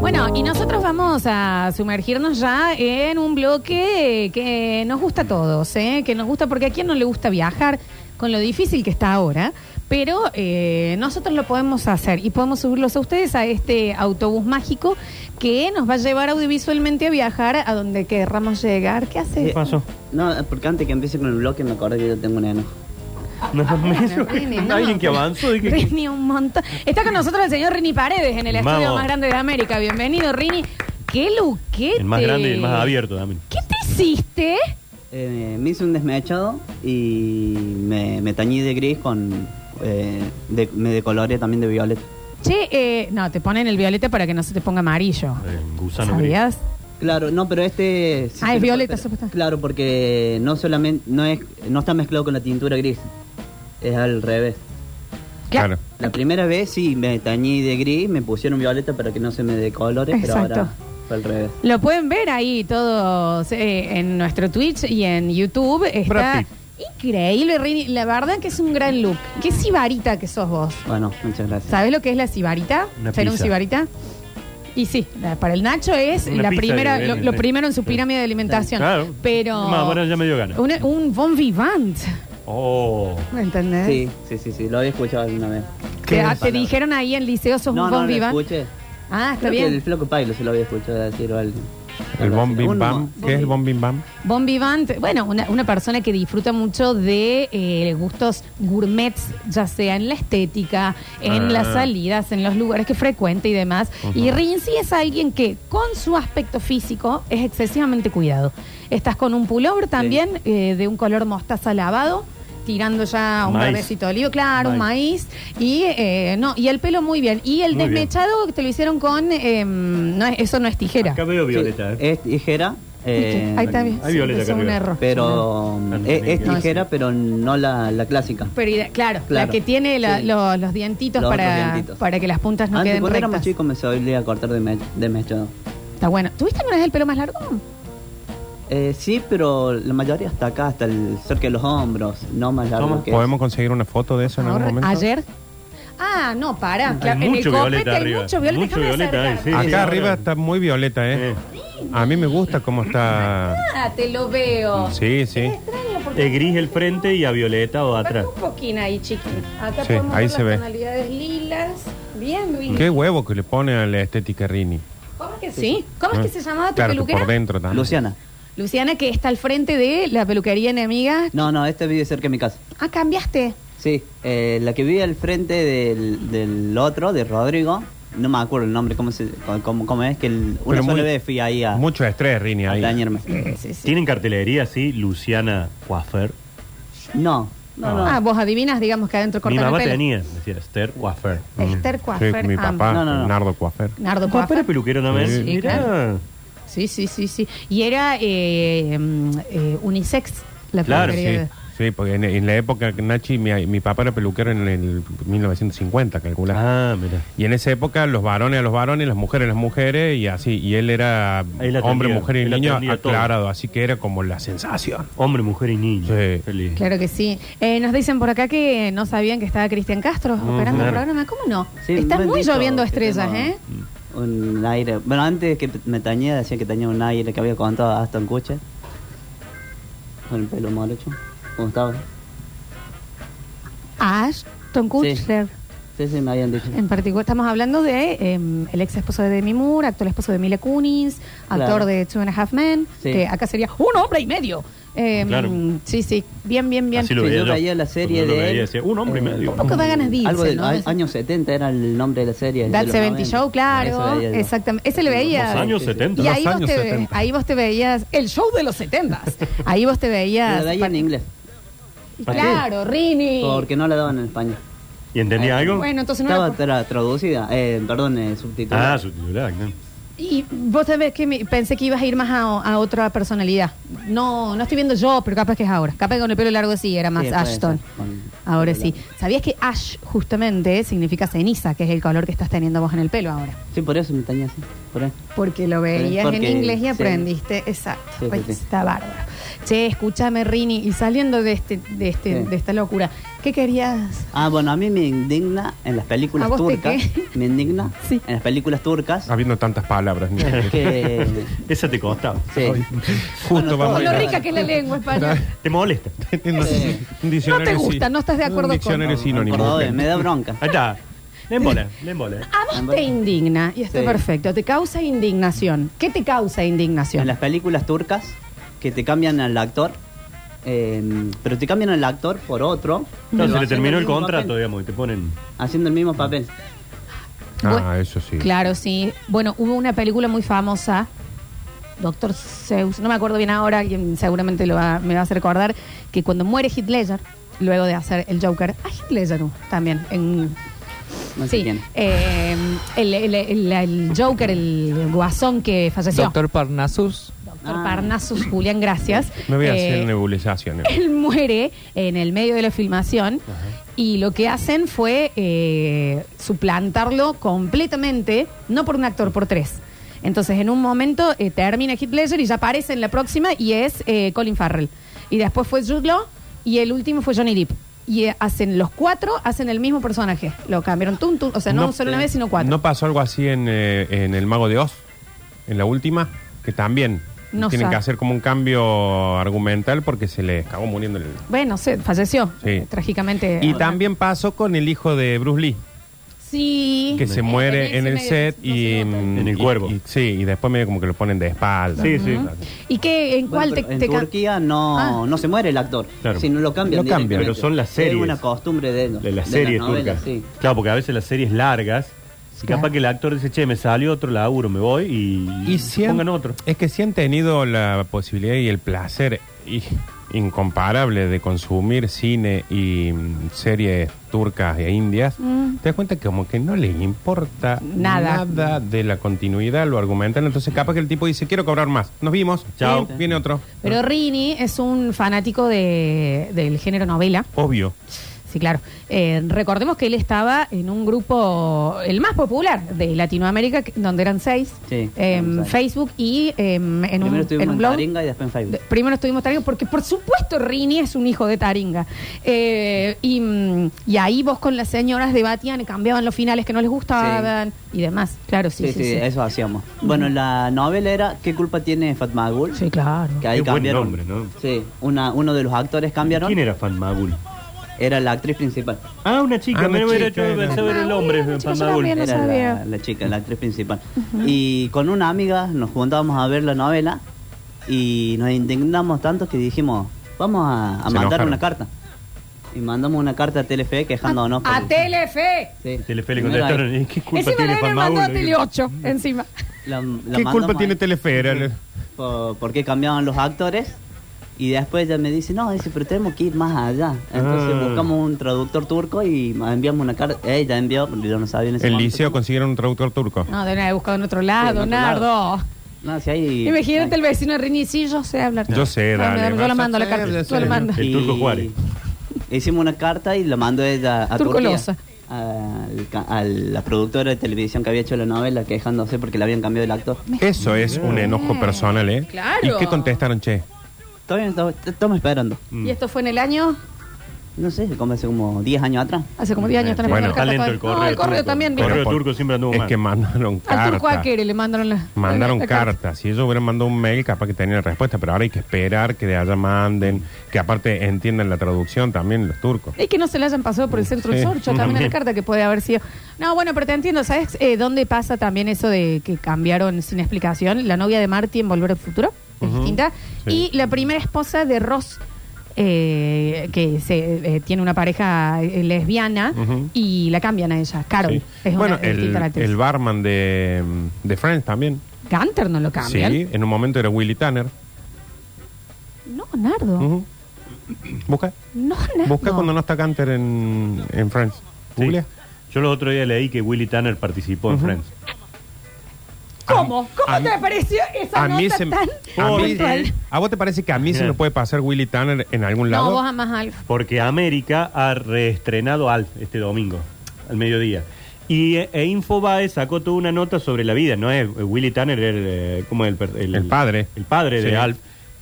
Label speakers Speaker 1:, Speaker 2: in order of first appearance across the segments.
Speaker 1: Bueno, y nosotros vamos a sumergirnos ya en un bloque que nos gusta a todos, ¿eh? que nos gusta porque a quién no le gusta viajar con lo difícil que está ahora, pero eh, nosotros lo podemos hacer y podemos subirlos a ustedes a este autobús mágico que nos va a llevar audiovisualmente a viajar a donde querramos llegar. ¿Qué haces?
Speaker 2: ¿Qué pasó?
Speaker 3: No, porque antes que empiece con el bloque me acordé que yo tengo un enojo.
Speaker 2: No,
Speaker 1: bueno,
Speaker 2: me-
Speaker 1: nene, no.
Speaker 2: alguien que avanzó. dije, ¿qué?
Speaker 1: Rini, un montón. Está con nosotros el señor Rini Paredes en el estudio
Speaker 2: Vamos.
Speaker 1: más grande de América. Bienvenido, Rini. ¡Qué luquete!
Speaker 2: El más grande y el más abierto también.
Speaker 1: ¿Qué te hiciste?
Speaker 3: Eh, me hice un desmechado y me, me tañí de gris con... eh, de- me decoloré también de violeta.
Speaker 1: Che, eh, no, te ponen el violeta para que no se te ponga amarillo.
Speaker 2: Eh, gusano gris.
Speaker 1: ¿Sabías?
Speaker 3: Claro, no, pero este... sí
Speaker 1: Ah,
Speaker 3: se
Speaker 1: es
Speaker 3: lo-
Speaker 1: violeta,
Speaker 3: pero-
Speaker 1: supuesto.
Speaker 3: Claro, porque no solamente... No, es, no está mezclado con la tintura gris. Es al revés.
Speaker 1: Claro.
Speaker 3: La primera vez sí me tañí de gris, me pusieron violeta para que no se me decolore,
Speaker 1: Exacto.
Speaker 3: pero ahora fue al revés.
Speaker 1: Lo pueden ver ahí todos eh, en nuestro Twitch y en YouTube.
Speaker 2: Brad
Speaker 1: Está
Speaker 2: Pitt.
Speaker 1: increíble, Rini. La verdad que es un gran look. Qué sibarita que sos vos.
Speaker 3: Bueno, muchas gracias.
Speaker 1: ¿Sabes lo que es la sibarita?
Speaker 2: Una
Speaker 1: ¿Ser un
Speaker 2: pizza.
Speaker 1: sibarita? Y sí, la- para el Nacho es
Speaker 2: Una
Speaker 1: la
Speaker 2: pizza
Speaker 1: primera,
Speaker 2: de
Speaker 1: lo,
Speaker 2: Belén,
Speaker 1: lo
Speaker 2: sí.
Speaker 1: primero en su
Speaker 2: Sí.
Speaker 1: pirámide de alimentación.
Speaker 2: Claro.
Speaker 1: Pero.
Speaker 2: Ma, bueno, ya me dio ganas.
Speaker 1: una- un bon vivant,
Speaker 2: Oh.
Speaker 1: ¿me entendés?
Speaker 3: Sí, sí, sí, sí, lo había escuchado alguna vez.
Speaker 1: Te, ah,
Speaker 3: es?
Speaker 1: te dijeron ahí en liceo sos
Speaker 3: No,
Speaker 1: un
Speaker 3: no,
Speaker 1: bon
Speaker 3: lo
Speaker 1: vivant.
Speaker 3: escuché.
Speaker 1: Ah, está
Speaker 3: Creo que
Speaker 1: bien.
Speaker 3: el Flaco Pailo se lo había escuchado decir o alguien.
Speaker 4: El bom bim
Speaker 3: Un-
Speaker 4: bam.
Speaker 3: un-
Speaker 4: ¿Qué es el bom bim bam?
Speaker 1: Bon vivant, bueno, una, una persona que disfruta mucho de eh, gustos gourmets, ya sea en la estética, en
Speaker 2: Ah.
Speaker 1: las salidas, en los lugares que frecuenta y demás. Y Rinzi es alguien que con su aspecto físico es excesivamente cuidado. Estás con un pullover también eh, de un color mostaza lavado, tirando ya un
Speaker 2: Maíz.
Speaker 1: verdecito de olivo, claro, un maíz. Y eh, no, y el pelo muy bien. Y el
Speaker 2: Muy bien.
Speaker 1: desmechado que te lo hicieron con, em, no es- eso no es tijera.
Speaker 2: Acá veo violeta. eh.
Speaker 3: Es tijera. eh,
Speaker 1: Ahí está bien.
Speaker 2: Hay violeta
Speaker 1: Eso
Speaker 2: acá
Speaker 1: es un
Speaker 2: arriba.
Speaker 1: error.
Speaker 3: Pero
Speaker 2: Ah,
Speaker 3: eh, es,
Speaker 2: no, sí.
Speaker 3: tijera, pero no la, la clásica.
Speaker 1: Pero ide- claro,
Speaker 3: Claro.
Speaker 1: la que tiene la-
Speaker 3: Sí.
Speaker 1: lo- los dientitos
Speaker 3: Los
Speaker 1: para,
Speaker 3: otros dientitos.
Speaker 1: para que las puntas no
Speaker 3: Antes,
Speaker 1: queden
Speaker 3: Ah, cuando era
Speaker 1: rectas.
Speaker 3: más chico, me solía cortar de, me- de mechado.
Speaker 1: Está bueno. ¿Tuviste alguna vez el pelo más largo?
Speaker 3: Eh, sí, pero la mayoría hasta acá, hasta el, cerca de los hombros, no más largo
Speaker 2: Toma,
Speaker 3: que
Speaker 4: ¿Podemos conseguir una foto de eso en algún
Speaker 1: Ahora,
Speaker 4: momento?
Speaker 1: ayer. Ah, no, para. Claro, en el
Speaker 2: mucho violeta
Speaker 1: copete hay
Speaker 2: arriba.
Speaker 1: mucho violeta.
Speaker 2: Mucho
Speaker 1: Déjame
Speaker 2: violeta,
Speaker 1: acercarme.
Speaker 2: sí, sí.
Speaker 4: Acá arriba
Speaker 2: ahora.
Speaker 4: está muy violeta, ¿eh? A mí me gusta cómo está.
Speaker 1: Ah, te lo veo.
Speaker 4: Sí, sí.
Speaker 1: Es extraño porque
Speaker 2: De gris el frente y a violeta o atrás.
Speaker 1: Acá un poquín ahí, chiquín. Acá
Speaker 4: Sí,
Speaker 1: podemos
Speaker 4: ahí
Speaker 1: ver
Speaker 4: se
Speaker 1: las
Speaker 4: ve.
Speaker 1: tonalidades lilas. Bien, bien.
Speaker 4: Qué huevo que le pone a la estética Rini.
Speaker 1: ¿Cómo es que sí? ¿Cómo es que se llamaba tu
Speaker 4: Ah, Claro, que
Speaker 1: peluquera?
Speaker 4: por dentro también.
Speaker 3: Luciana.
Speaker 1: Luciana, que está al frente de la peluquería enemiga.
Speaker 3: No, no, este vive cerca de mi casa.
Speaker 1: Ah, cambiaste.
Speaker 3: Sí, eh, la que vive al frente del, del otro, de Rodrigo, no me acuerdo el nombre, cómo, se, cómo, cómo es, que el, una
Speaker 4: Pero
Speaker 3: sola
Speaker 4: muy-
Speaker 3: vez fui ahí a, a
Speaker 4: Mucho estrés, Rini, ahí.
Speaker 3: dañarme.
Speaker 1: Sí, sí.
Speaker 2: Tienen cartelería así, Luciana Waffer.
Speaker 3: No, no, no.
Speaker 1: Ah, vos adivinas, digamos que adentro
Speaker 2: Mi
Speaker 1: cortan
Speaker 2: mamá
Speaker 1: el pelo.
Speaker 2: tenía, decía Esther Waffer.
Speaker 1: Esther Coafer.
Speaker 4: Sí, mi
Speaker 1: am-
Speaker 4: papá,
Speaker 3: No, no, no.
Speaker 4: Nardo Coafer.
Speaker 1: Nardo
Speaker 2: Waffer
Speaker 1: Coafer.
Speaker 2: Mm. es peluquero también.
Speaker 4: Sí,
Speaker 2: Mirá.
Speaker 1: claro. Sí, sí, sí, sí. Y era eh, mm, eh, unisex la
Speaker 2: Claro,
Speaker 4: Sí,
Speaker 1: peluquería.
Speaker 4: sí, porque en, en la época que Nachi, mi, mi papá era peluquero en el 1950, calcula.
Speaker 2: Ah, mira.
Speaker 4: Y en esa época los varones a los varones, las mujeres a las mujeres y así. Y él era
Speaker 2: Él atendía,
Speaker 4: hombre, mujer y
Speaker 2: él
Speaker 4: niño
Speaker 2: atendía todo.
Speaker 4: aclarado, así que era como la sensación.
Speaker 2: Hombre, mujer y niño.
Speaker 4: Sí.
Speaker 2: Feliz.
Speaker 1: Claro que sí. Eh, nos dicen por acá que no sabían que estaba Cristian Castro operando
Speaker 2: Mm, claro.
Speaker 1: el programa. ¿Cómo no?
Speaker 3: Sí,
Speaker 1: Estás
Speaker 3: me han
Speaker 1: muy
Speaker 3: dicho
Speaker 1: lloviendo
Speaker 3: que
Speaker 1: estrellas,
Speaker 3: tengo
Speaker 1: ¿eh?
Speaker 3: Un aire. Bueno, antes que me tañía, decía que tenía un aire que había contado a Aston Kutcher. Con el pelo morocho. ¿Cómo estaba?
Speaker 1: Ashton Kutcher.
Speaker 3: Sí, sí, me habían dicho.
Speaker 1: En particular, estamos hablando de eh, el ex esposo de Demi Moore, actual esposo de Mila Kunis, actor
Speaker 3: Claro.
Speaker 1: de Two and a Half Men,
Speaker 3: Sí.
Speaker 1: que acá sería un hombre y medio. Eh,
Speaker 2: Claro.
Speaker 1: Sí, sí, bien, bien, bien.
Speaker 2: Así lo
Speaker 3: Sí,
Speaker 2: veía
Speaker 3: yo
Speaker 2: yo.
Speaker 3: veía la serie
Speaker 2: Cuando yo lo
Speaker 3: de
Speaker 2: veía,
Speaker 3: él,
Speaker 2: decía, un hombre y
Speaker 3: eh,
Speaker 2: medio.
Speaker 1: Poco da ganas de irse,
Speaker 3: Algo del
Speaker 1: ¿no?
Speaker 3: a-
Speaker 1: Es-
Speaker 3: años 70 era el nombre de la serie.
Speaker 1: That
Speaker 3: de los
Speaker 1: 70
Speaker 3: 90.
Speaker 1: Show,
Speaker 3: Eso
Speaker 1: claro.
Speaker 3: veía yo.
Speaker 1: Exactamente. Ese le veía.
Speaker 2: Los años
Speaker 3: Sí, sí, sí.
Speaker 2: 70.
Speaker 1: Y ahí
Speaker 4: Los
Speaker 1: vos,
Speaker 4: años
Speaker 1: te ve-
Speaker 4: 70.
Speaker 1: ahí vos te veías el show de los 70. Ahí vos te
Speaker 3: Pero
Speaker 1: veías.
Speaker 3: La veía en inglés,
Speaker 1: Y Claro, Rini.
Speaker 3: porque no la daban en español.
Speaker 2: ¿Y entendía algo?
Speaker 1: Bueno, entonces no
Speaker 3: Estaba
Speaker 1: era por-
Speaker 3: tra- traducida, eh, perdón, eh, subtitulada.
Speaker 2: Ah, su titular. claro.
Speaker 1: Y vos sabés que me- pensé que ibas a ir más a, a otra personalidad. No, no estoy viendo yo, pero capaz que es ahora. Capaz que con el pelo largo sí era más
Speaker 3: Sí, puede
Speaker 1: Ashton.
Speaker 3: ser, con-
Speaker 1: Ahora
Speaker 3: con
Speaker 1: sí.
Speaker 3: la-
Speaker 1: ¿Sabías que Ash justamente significa ceniza, que es el color que estás teniendo vos en el pelo ahora?
Speaker 3: Sí, por eso me tañé así, por eso.
Speaker 1: Porque lo veías
Speaker 3: Porque-
Speaker 1: en inglés y
Speaker 3: sí.
Speaker 1: aprendiste. Exacto.
Speaker 3: Sí, sí,
Speaker 1: Pues
Speaker 3: sí.
Speaker 1: Está bárbaro. Che, escúchame, Rini, y saliendo de este, de este,
Speaker 3: Sí.
Speaker 1: de esta locura, ¿Qué querías?
Speaker 3: Ah, bueno, a mí me indigna en las
Speaker 1: ¿A
Speaker 3: películas
Speaker 1: vos te
Speaker 3: turcas.
Speaker 1: qué?
Speaker 3: Me indigna
Speaker 1: Sí.
Speaker 3: en las películas turcas.
Speaker 4: Habiendo tantas palabras. ni-
Speaker 3: que.
Speaker 2: Esa te costaba.
Speaker 3: Sí.
Speaker 4: Justo vamos
Speaker 1: Con Oh, lo
Speaker 4: Bueno,
Speaker 1: rica que es la lengua española.
Speaker 2: Te molesta.
Speaker 4: No,
Speaker 3: Sí.
Speaker 4: un diccionario
Speaker 1: No te gusta,
Speaker 4: sí-
Speaker 1: no estás de acuerdo
Speaker 4: Un
Speaker 1: con-
Speaker 4: diccionario
Speaker 3: No,
Speaker 4: sinónimo.
Speaker 3: cordobés,
Speaker 4: busquen.
Speaker 3: me da bronca.
Speaker 2: Ahí está. Le embola, le embola.
Speaker 1: A vos te indigna, y está
Speaker 3: Sí.
Speaker 1: perfecto, te causa indignación. ¿Qué te causa
Speaker 3: En
Speaker 1: indignación?
Speaker 3: las películas turcas, que te cambian al actor. eh, pero te cambian al actor por otro.
Speaker 2: No,
Speaker 3: pero
Speaker 2: se le
Speaker 3: haciendo
Speaker 2: terminó el
Speaker 3: mismo
Speaker 2: contrato, eh.
Speaker 3: papel.
Speaker 2: digamos, y te ponen.
Speaker 3: haciendo el mismo papel.
Speaker 4: Ah,
Speaker 1: Bu-
Speaker 4: eso sí.
Speaker 1: Claro, sí. Bueno, hubo una película muy famosa, Doctor Zeus, no me acuerdo bien ahora, alguien seguramente lo va- me va a hacer acordar, que cuando muere Heath Ledger, luego de hacer el Joker, a Heath Ledger uh, también, en
Speaker 3: No sé
Speaker 1: Sí,
Speaker 3: quién.
Speaker 1: eh, el, el- el- el Joker, el guasón que falleció. Doctor,
Speaker 5: Doctor Parnasus.
Speaker 3: Ah.
Speaker 1: Parnasus, Julián, gracias.
Speaker 4: Me voy a
Speaker 1: Eh,
Speaker 4: hacer nebulizaciones.
Speaker 1: Él muere en el medio de la filmación y lo que hacen fue eh, suplantarlo completamente, no por un actor, por tres. Entonces, en un momento eh, termina Heath Ledger y ya aparece en la próxima y es eh, Colin Farrell. Y después fue Jude Law y el último fue Johnny Depp. Y eh, hacen los cuatro, hacen el mismo personaje. Lo cambiaron tum, tum, o sea, no,
Speaker 4: No,
Speaker 1: solo una vez, sino cuatro.
Speaker 4: ¿No pasó algo así en, eh, en El Mago de Oz? En la última, que también
Speaker 1: No
Speaker 4: tienen
Speaker 1: sé.
Speaker 4: que hacer como un cambio argumental porque se les acabó muriendo el...
Speaker 1: Bueno, se falleció
Speaker 4: Sí.
Speaker 1: eh, trágicamente.
Speaker 4: Y
Speaker 1: Ahora.
Speaker 4: también pasó con el hijo de Bruce Lee,
Speaker 1: Sí.
Speaker 4: que se
Speaker 1: En
Speaker 4: muere
Speaker 1: ese
Speaker 4: en el
Speaker 1: medio,
Speaker 4: set
Speaker 1: no
Speaker 4: y...
Speaker 1: se nota.
Speaker 4: mm,
Speaker 2: En el
Speaker 4: y-
Speaker 2: cuervo.
Speaker 4: y- sí, y después medio como que lo ponen de espalda.
Speaker 2: Sí, sí.
Speaker 1: ¿Y qué? ¿En
Speaker 3: Bueno,
Speaker 1: cuál
Speaker 3: pero
Speaker 1: te,
Speaker 3: en
Speaker 1: te ca-
Speaker 3: Turquía no,
Speaker 1: Ah.
Speaker 3: no se muere el actor,
Speaker 2: Claro.
Speaker 3: sino lo cambian.
Speaker 4: Lo cambian,
Speaker 3: directamente.
Speaker 2: pero son las series.
Speaker 3: Es una costumbre de ellos.
Speaker 2: De las
Speaker 3: de
Speaker 2: series
Speaker 3: novelas,
Speaker 2: turcas.
Speaker 3: sí.
Speaker 2: Claro, porque a veces las series largas. Y
Speaker 1: Claro.
Speaker 2: capaz que el actor dice, che, me salió otro laburo, me voy y,
Speaker 4: Y si han-
Speaker 2: pongan otro.
Speaker 4: Es que si han tenido la posibilidad y el placer y- incomparable de consumir cine y mm, series turcas e indias,
Speaker 1: Mm.
Speaker 4: te das cuenta que como que no les importa
Speaker 1: Nada.
Speaker 4: nada de la continuidad, lo argumentan. Entonces capaz que el tipo dice, quiero cobrar más. Nos vimos. Chao.
Speaker 2: Sí.
Speaker 4: Viene otro.
Speaker 1: Pero Rini es un fanático de, del género novela.
Speaker 4: Ah, Obvio.
Speaker 1: Sí, claro. Eh, recordemos que él estaba en un grupo, el más popular de Latinoamérica, que- donde eran seis,
Speaker 3: Sí,
Speaker 1: en
Speaker 3: eran seis.
Speaker 1: Facebook y em, en, un,
Speaker 3: Primero
Speaker 1: en
Speaker 3: estuvimos
Speaker 1: un
Speaker 3: en
Speaker 1: blog.
Speaker 3: Taringa y después en Facebook.
Speaker 1: De- Primero estuvimos Taringa, porque por supuesto Rini es un hijo de Taringa. Eh, y, mm, y ahí vos con las señoras debatían, y cambiaban los finales que no les gustaban y demás. Claro, sí, sí. Sí,
Speaker 3: eso hacíamos. Bueno, la novela era ¿Qué culpa tiene Fatmagul?
Speaker 1: Sí, claro.
Speaker 3: Que ahí
Speaker 2: Qué buen
Speaker 3: cambiaron.
Speaker 2: nombre, ¿no?
Speaker 3: Sí, una, uno de los actores cambiaron.
Speaker 2: ¿Quién era Fan Magul?
Speaker 3: Era la actriz principal.
Speaker 2: Ah, una chica,
Speaker 4: Ah, una
Speaker 2: me hubiera
Speaker 4: chica,
Speaker 2: hecho
Speaker 4: era.
Speaker 2: pensaba era el hombre,
Speaker 1: Ah, una chica,
Speaker 2: Fan
Speaker 1: yo
Speaker 2: Magul.
Speaker 1: también. No
Speaker 3: Era
Speaker 1: sabía.
Speaker 3: la, la chica, la actriz principal. Y con una amiga nos juntábamos a ver la novela y nos indignamos tanto que dijimos, vamos a, a
Speaker 4: Se
Speaker 3: mandar
Speaker 4: enojaron.
Speaker 3: una carta. Y mandamos una carta a Telefe quejándonos.
Speaker 1: A
Speaker 3: por-
Speaker 1: Telefe.
Speaker 3: Sí.
Speaker 2: Telefe le
Speaker 3: Primero
Speaker 2: contestaron,
Speaker 3: ahí.
Speaker 2: "¿Y ¿qué culpa
Speaker 1: encima
Speaker 2: tiene
Speaker 1: le
Speaker 2: Fan
Speaker 1: habían mandado
Speaker 2: Magul?
Speaker 1: a Tele 8, encima.
Speaker 3: La- la
Speaker 4: ¿Qué
Speaker 3: mandamos
Speaker 4: culpa tiene
Speaker 3: ahí.
Speaker 4: Telefera? Le-
Speaker 3: por, por qué cambiaban los actores. Y después ella me dice, no, dice, pero tenemos que ir más allá. Entonces
Speaker 2: Ah.
Speaker 3: buscamos un traductor turco y enviamos una carta. Ella envió, porque yo no sabía en ese
Speaker 4: El
Speaker 3: momento.
Speaker 4: liceo consiguieron un traductor turco.
Speaker 1: No, deben haber buscado en otro lado,
Speaker 3: Sí, en otro
Speaker 1: Nardo.
Speaker 3: lado. No, si hay...
Speaker 1: Imagínate
Speaker 3: hay-
Speaker 1: el vecino de Rini, sí, yo sé hablar.
Speaker 4: Yo sé,
Speaker 1: Dame,
Speaker 4: dale,
Speaker 1: dame, Yo
Speaker 4: vas
Speaker 1: lo
Speaker 4: a
Speaker 1: mando la
Speaker 4: hacer,
Speaker 1: carta,
Speaker 4: ya
Speaker 1: yo lo
Speaker 4: sé.
Speaker 1: mando.
Speaker 2: El
Speaker 3: y-
Speaker 2: Turco Juárez.
Speaker 3: Hicimos una carta y la mandó ella a
Speaker 1: Turco
Speaker 3: Turquía,
Speaker 1: Loza.
Speaker 3: al ca- a la productora de televisión que había hecho la novela quejándose porque le habían cambiado el actor.
Speaker 4: Eso es un enojo personal, ¿eh?
Speaker 1: Claro.
Speaker 4: ¿Y qué contestaron, che?
Speaker 3: Todavía no estaba- estamos esperando.
Speaker 4: Mm.
Speaker 2: Mm.
Speaker 1: Y esto fue en el año,
Speaker 3: No sé, como hace como 10 años atrás.
Speaker 1: hace como 10 años. tenés
Speaker 4: Bueno.
Speaker 1: que marcar
Speaker 2: Está lento
Speaker 1: todo.
Speaker 2: el correo
Speaker 1: No, el correo
Speaker 2: turco.
Speaker 1: también.
Speaker 2: Correo
Speaker 1: vino.
Speaker 4: Pero por-
Speaker 2: turco siempre anduvo
Speaker 4: Es
Speaker 2: mal.
Speaker 4: que mandaron
Speaker 1: Al turco
Speaker 4: cartas.
Speaker 1: Aquere le mandaron la.
Speaker 4: Mandaron
Speaker 1: la
Speaker 4: cartas. Si ellos hubieran mandado un mail, capaz que tenían respuesta, pero ahora hay que esperar que de allá manden, que aparte entiendan la traducción también los turcos.
Speaker 1: Y que no se la hayan pasado por el centro del
Speaker 4: Sí.
Speaker 1: sorcho, también en la carta que puede haber sido. No, bueno, pero te entiendo, ¿sabes eh, dónde pasa también eso de que cambiaron sin explicación? La novia de Marty en Volver al Futuro, es distinta.
Speaker 4: sí.
Speaker 1: Y la primera esposa de Ross, eh, que se, eh, tiene una pareja eh, lesbiana,
Speaker 4: Ujú.
Speaker 1: y la cambian a ella, Carol.
Speaker 4: Sí.
Speaker 1: Es
Speaker 4: Bueno,
Speaker 1: una
Speaker 4: el,
Speaker 1: distinta la actriz.
Speaker 4: el barman de, mm, de Friends también.
Speaker 1: Gunther no lo cambian.
Speaker 4: Sí, en un momento era Willy Tanner.
Speaker 1: No, Nardo.
Speaker 4: Ujú. Busca,
Speaker 1: No, Nardo.
Speaker 4: Mm. busca cuando no está Canter en, en Friends.
Speaker 2: Sí.
Speaker 4: Googlea.
Speaker 2: Yo los otro día leí que Willy Tanner participó en
Speaker 4: Ujú.
Speaker 2: Friends.
Speaker 1: ¿Cómo? ¿Cómo
Speaker 4: A mí-
Speaker 1: te pareció esa
Speaker 4: A mí
Speaker 1: nota
Speaker 4: se-
Speaker 1: tan
Speaker 4: a mí-
Speaker 1: puntual?
Speaker 4: ¿A vos te parece que a mí se
Speaker 2: Bien.
Speaker 4: me puede pasar Willy Tanner en algún
Speaker 1: No, vos
Speaker 4: lado?
Speaker 1: amás a Alf.
Speaker 2: Porque América ha reestrenado Alf este domingo, al mediodía. Y eh, e Infobae sacó toda una nota sobre la vida, ¿no? es? Willy Tanner era el, eh, ¿cómo es el, per-
Speaker 4: El padre.
Speaker 2: El padre
Speaker 4: Sí.
Speaker 2: de Alf.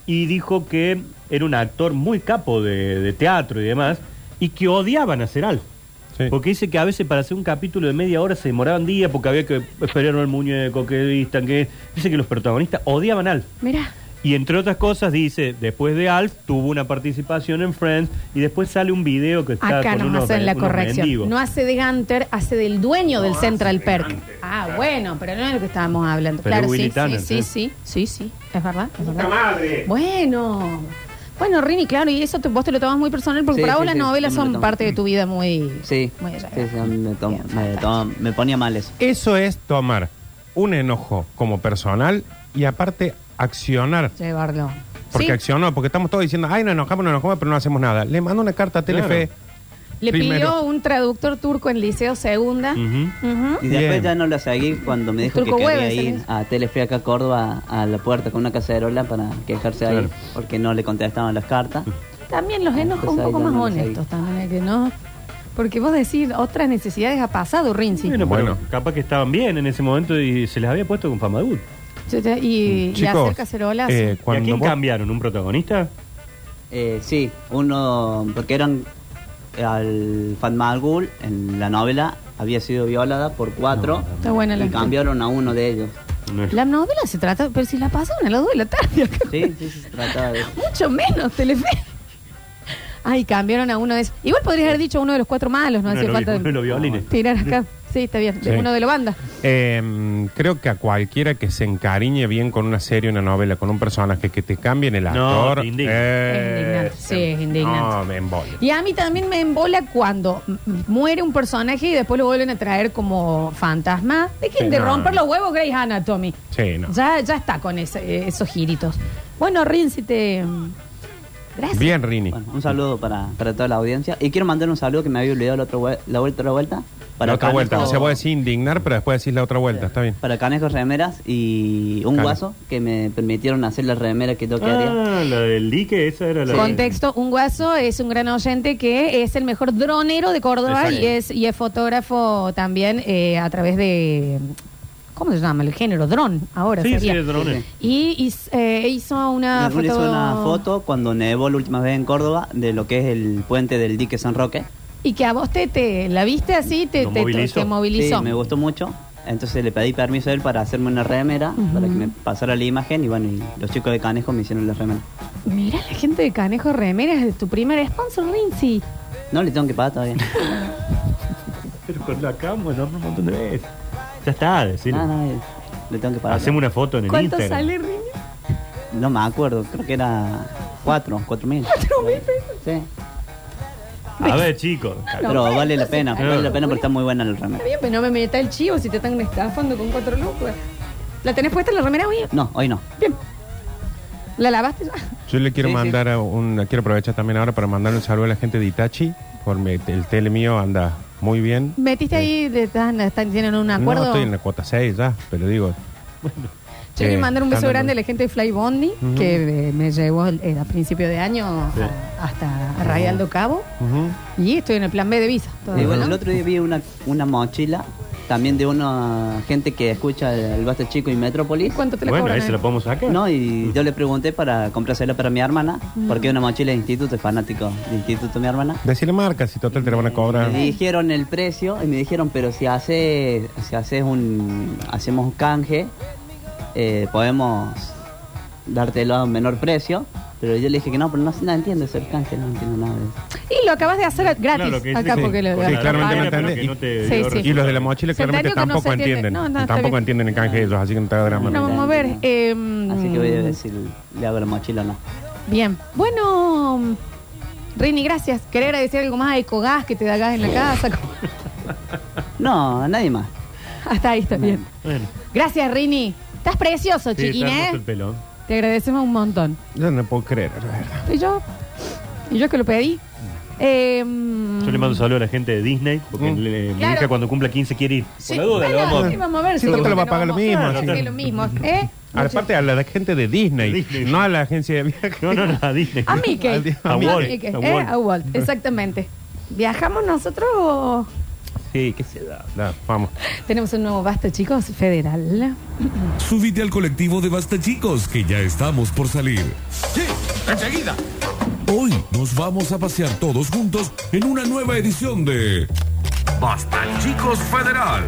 Speaker 2: Y dijo que era un actor muy capo de, de teatro y demás. y que odiaban hacer algo.
Speaker 4: Sí.
Speaker 2: Porque dice que a veces para hacer un capítulo de media hora se demoraban días porque había que esperar al muñeco, que vistan, que... Dice que los protagonistas odiaban algo.
Speaker 1: Mirá.
Speaker 2: Y entre otras cosas dice, después de Alf tuvo una participación en Friends y después sale un video que está
Speaker 1: Acá
Speaker 2: con
Speaker 1: nos
Speaker 2: unos,
Speaker 1: hacen la
Speaker 2: unos
Speaker 1: corrección.
Speaker 2: mendigos.
Speaker 1: No hace de Gunter, hace del dueño del Central
Speaker 4: de
Speaker 1: Perk.
Speaker 4: Gunter,
Speaker 1: ah,
Speaker 4: claro.
Speaker 1: bueno, pero no es lo que estábamos hablando.
Speaker 2: Pero
Speaker 1: claro,
Speaker 2: Willy
Speaker 1: sí,
Speaker 2: Tanner,
Speaker 1: sí, sí,
Speaker 2: ¿eh?
Speaker 1: sí, sí, sí, es verdad. es
Speaker 4: ¡Puta
Speaker 1: verdad.
Speaker 4: madre!
Speaker 1: Bueno. Bueno, Rini, claro, y eso te- vos te lo tomas muy personal porque
Speaker 3: Sí,
Speaker 1: para
Speaker 3: sí,
Speaker 1: vos las
Speaker 3: sí,
Speaker 1: novelas
Speaker 3: sí, me lo
Speaker 1: son
Speaker 3: tomo.
Speaker 1: parte de tu vida muy...
Speaker 3: Sí,
Speaker 1: muy
Speaker 3: sí, sí, me, tomo-
Speaker 1: Bien,
Speaker 3: me, tomo- me ponía mal eso.
Speaker 4: Eso es tomar un enojo como personal y aparte accionar.
Speaker 1: Llevarlo.
Speaker 4: Porque
Speaker 1: Sí,
Speaker 4: accionó, porque estamos todos diciendo, ay, nos enojamos, nos enojamos, pero no hacemos nada. Le mando una carta a Telefe.
Speaker 1: le
Speaker 4: primero.
Speaker 1: pidió un traductor turco en Liceo Segunda.
Speaker 2: Ujú.
Speaker 1: Ujú.
Speaker 3: Y después
Speaker 4: Bien.
Speaker 3: ya no lo seguí cuando me dijo que
Speaker 1: Turco
Speaker 3: quería
Speaker 1: Hueves,
Speaker 3: ir
Speaker 1: ¿sabes?
Speaker 3: a Telefe acá a Córdoba a la puerta con una cacerola para quejarse ahí
Speaker 2: Claro.
Speaker 3: porque no le contestaban las cartas.
Speaker 1: También los enojos un
Speaker 3: Entonces ahí
Speaker 1: poco
Speaker 3: ya
Speaker 1: más
Speaker 3: no los
Speaker 1: honestos también, hay que no... Porque vos decís, otras necesidades ha pasado, Rinzi.
Speaker 2: Bueno,
Speaker 4: Bueno.
Speaker 2: pero capaz que estaban bien en ese momento y se les había puesto con fama de adulto.
Speaker 1: Y, y
Speaker 4: Chicos,
Speaker 1: hacer cacerolas.
Speaker 4: eh,
Speaker 2: ¿Y a
Speaker 4: cuando
Speaker 2: quién
Speaker 4: vos-
Speaker 2: cambiaron? ¿Un protagonista?
Speaker 3: Eh, sí, uno, porque eran al Fatma Al Ghul, en la novela había sido violada por cuatro
Speaker 1: Está buena la
Speaker 3: y cambiaron a uno de ellos.
Speaker 2: No es-
Speaker 1: La novela se trata, pero si la pasaban a las 2 de la tarde acá.
Speaker 3: Sí, sí, sí, se trataba de eso.
Speaker 1: Mucho menos, Telefe. Ay, cambiaron a uno de esos. Igual podrías haber dicho uno de los cuatro malos, no
Speaker 2: Uno de
Speaker 1: hacía
Speaker 2: los-
Speaker 1: falta
Speaker 2: uno de los violines.
Speaker 1: tirar acá. Sí, está bien, de
Speaker 4: Sí.
Speaker 1: uno de la banda.
Speaker 4: Eh, creo que a cualquiera que se encariñe bien con una serie, una novela, con un personaje que te cambien el
Speaker 2: No,
Speaker 4: actor.
Speaker 2: te indigna.
Speaker 4: eh,
Speaker 1: Es indignante, sí, es indignante.
Speaker 4: No, me embola.
Speaker 1: Y a mí también me embola cuando m- muere un personaje y después lo vuelven a traer como fantasma. Dejen
Speaker 4: Sí,
Speaker 1: de
Speaker 4: no.
Speaker 1: romper los huevos, Grey's Anatomy.
Speaker 4: Sí, no.
Speaker 1: Ya, ya está con ese- eh, esos giritos. Bueno, Rin, si te. mm, Gracias.
Speaker 4: Bien, Rini.
Speaker 3: Bueno, un saludo para, para toda la audiencia. Y quiero mandar un saludo que me había olvidado la, otra vue- la vuelta, la vuelta. Para
Speaker 4: la otra vuelta.
Speaker 3: Canejo-
Speaker 4: O sea, vos decís indignar, pero después decís la otra vuelta. Está bien.
Speaker 3: Para canejos remeras y un
Speaker 4: Cane-
Speaker 3: guaso que me permitieron hacer la remera que yo quería.
Speaker 2: Ah, la del dique, esa era la de-
Speaker 1: Contexto, un guaso es un gran oyente que es el mejor dronero de Córdoba
Speaker 2: Exacto.
Speaker 1: y es, y es fotógrafo también eh, a través de, ¿cómo se llama? El género, dron, ahora
Speaker 2: Sí, sí,
Speaker 1: sería.
Speaker 2: de drones.
Speaker 1: y hiz- eh, hizo
Speaker 4: Ah,
Speaker 1: una
Speaker 3: Me
Speaker 1: foto...
Speaker 3: hizo una foto cuando nevó la última vez en Córdoba de lo que es el puente del dique San Roque.
Speaker 1: Y que a vos te, te- la viste así, te,
Speaker 2: Lo
Speaker 1: te- te-
Speaker 2: movilizó.
Speaker 1: te movilizó.
Speaker 3: Sí, me gustó mucho. Entonces le pedí permiso a él para hacerme una remera,
Speaker 1: Ujú.
Speaker 3: para que me pasara la imagen. Y bueno, y los chicos de Canejo me hicieron la remera.
Speaker 1: Mira la gente de Canejo Remeras, es tu primer sponsor, Rinzi.
Speaker 3: No le tengo que pagar todavía.
Speaker 2: Pero con la cámara, un montón de veces. Ya está, decir.
Speaker 3: no, no, le tengo que pagar.
Speaker 2: Hacemos una foto en el
Speaker 1: ¿Cuánto
Speaker 2: Instagram.
Speaker 1: sale, Rinzi?
Speaker 3: No me acuerdo, creo que era cuatro, cuatro mil.
Speaker 1: ¿Cuatro mil pesos?
Speaker 3: Sí.
Speaker 2: A ver, chicos.
Speaker 1: No,
Speaker 3: Pero
Speaker 1: bueno,
Speaker 3: vale la
Speaker 1: entonces,
Speaker 3: pena,
Speaker 1: claro.
Speaker 3: vale la pena porque está muy buena la
Speaker 1: Está
Speaker 3: remera.
Speaker 1: bien, pero no me meta el chivo si te están estafando con cuatro lucas. ¿La tenés puesta en la remera, bien?
Speaker 3: No, hoy no.
Speaker 1: Bien. ¿La lavaste ya?
Speaker 4: Yo le quiero
Speaker 3: Sí, sí.
Speaker 4: mandar a un. Quiero aprovechar también ahora para mandarle un saludo a la gente de Itachi. Porque el tele mío anda muy bien.
Speaker 1: ¿Metiste ahí? De, tan- están- ¿Tienen un acuerdo?
Speaker 4: No, estoy en la cuota 6 ya, pero digo.
Speaker 1: Yo quiero
Speaker 4: Eh,
Speaker 1: mandar un beso
Speaker 4: están dando-
Speaker 1: grande a la gente de Fly Bondi,
Speaker 4: Ujú.
Speaker 1: que eh, me llevó el- eh, a principio de año
Speaker 2: Sí.
Speaker 1: a- hasta Rayaldo Cabo.
Speaker 4: ujú.
Speaker 1: Y estoy en el plan B de visa. todavía,
Speaker 3: Y Eh, bueno,
Speaker 1: ¿no?
Speaker 3: el otro día vi una, una mochila también de una gente que escucha el, el Basta Chico y
Speaker 1: ¿Y
Speaker 3: Metrópolis.
Speaker 1: cuánto te la
Speaker 2: Bueno,
Speaker 1: cobran?
Speaker 2: ahí se la
Speaker 1: eh?
Speaker 2: podemos sacar.
Speaker 3: No, y yo le pregunté para comprársela para mi hermana, porque es una mochila de instituto, es fanático de instituto mi hermana.
Speaker 4: Decirle marca, si total te la van a cobrar.
Speaker 3: Me dijeron el precio y me dijeron, pero si hace, si haces un, hacemos un canje, eh, podemos dártelo a un menor precio. Pero yo le dije que no, pero no, no entiendo ese canje, no entiendo nada de eso.
Speaker 1: Y lo acabas de hacer gratis
Speaker 2: Claro, lo que
Speaker 1: acá
Speaker 2: sí.
Speaker 1: porque lo,
Speaker 4: Sí,
Speaker 2: Con la
Speaker 4: claramente
Speaker 2: remera,
Speaker 4: me
Speaker 2: pero
Speaker 4: entendés.
Speaker 2: que no
Speaker 1: Sí,
Speaker 2: te dio
Speaker 1: sí.
Speaker 2: resultado.
Speaker 4: Y los de la mochila
Speaker 1: Se
Speaker 4: claramente
Speaker 1: entendió que no
Speaker 4: tampoco
Speaker 1: se entiende.
Speaker 4: entienden.
Speaker 1: No, no, está
Speaker 4: tampoco
Speaker 1: bien.
Speaker 4: entienden el canje de ellos, así que no te hagas drama.
Speaker 1: No vamos a ver. eh,
Speaker 3: Así que voy a ver si le hago la mochila o no.
Speaker 1: Bien. Bueno, Rini, gracias. Quería agradecer algo más a Ecogas que te da gas en la casa.
Speaker 3: No, nadie más.
Speaker 1: Hasta ahí está bien.
Speaker 2: Bueno,
Speaker 1: Gracias, Rini. Estás precioso,
Speaker 2: sí, está
Speaker 1: chiquín, ¿eh?
Speaker 2: hermoso el pelo.
Speaker 1: Te agradecemos un montón.
Speaker 4: Yo no puedo creer, la verdad.
Speaker 1: Y yo, y yo que lo pedí. Eh, mm,
Speaker 2: Yo le mando un saludo a la gente de Disney, porque
Speaker 4: Mm.
Speaker 2: le- mi
Speaker 1: Claro.
Speaker 2: hija cuando cumpla 15 quiere ir.
Speaker 1: sí,
Speaker 2: Por la duda,
Speaker 1: bueno,
Speaker 2: lo vamos a-
Speaker 1: sí, vamos a ver.
Speaker 4: Sí, no te lo va a pagar lo mismo,
Speaker 1: Claro,
Speaker 2: así
Speaker 1: sí,
Speaker 2: que-
Speaker 1: lo mismo. ¿eh?
Speaker 4: Aparte a la gente de Disney,
Speaker 2: Disney.
Speaker 4: no a la agencia de viajes.
Speaker 2: No, no, no, a Disney.
Speaker 1: A Mickey.
Speaker 4: Al día-
Speaker 2: a Walt,
Speaker 1: Mickey,
Speaker 2: a
Speaker 1: ¿eh?
Speaker 2: Walt.
Speaker 1: A Walt, exactamente. ¿Viajamos nosotros o
Speaker 2: Sí, qué se da.
Speaker 4: Da, vamos.
Speaker 1: tenemos un nuevo basta, chicos? Federal.
Speaker 5: Subite al colectivo de Basta Chicos, que ya estamos por salir.
Speaker 6: Sí, enseguida.
Speaker 5: Hoy nos vamos a pasear todos juntos en una nueva edición de Basta Chicos Federal.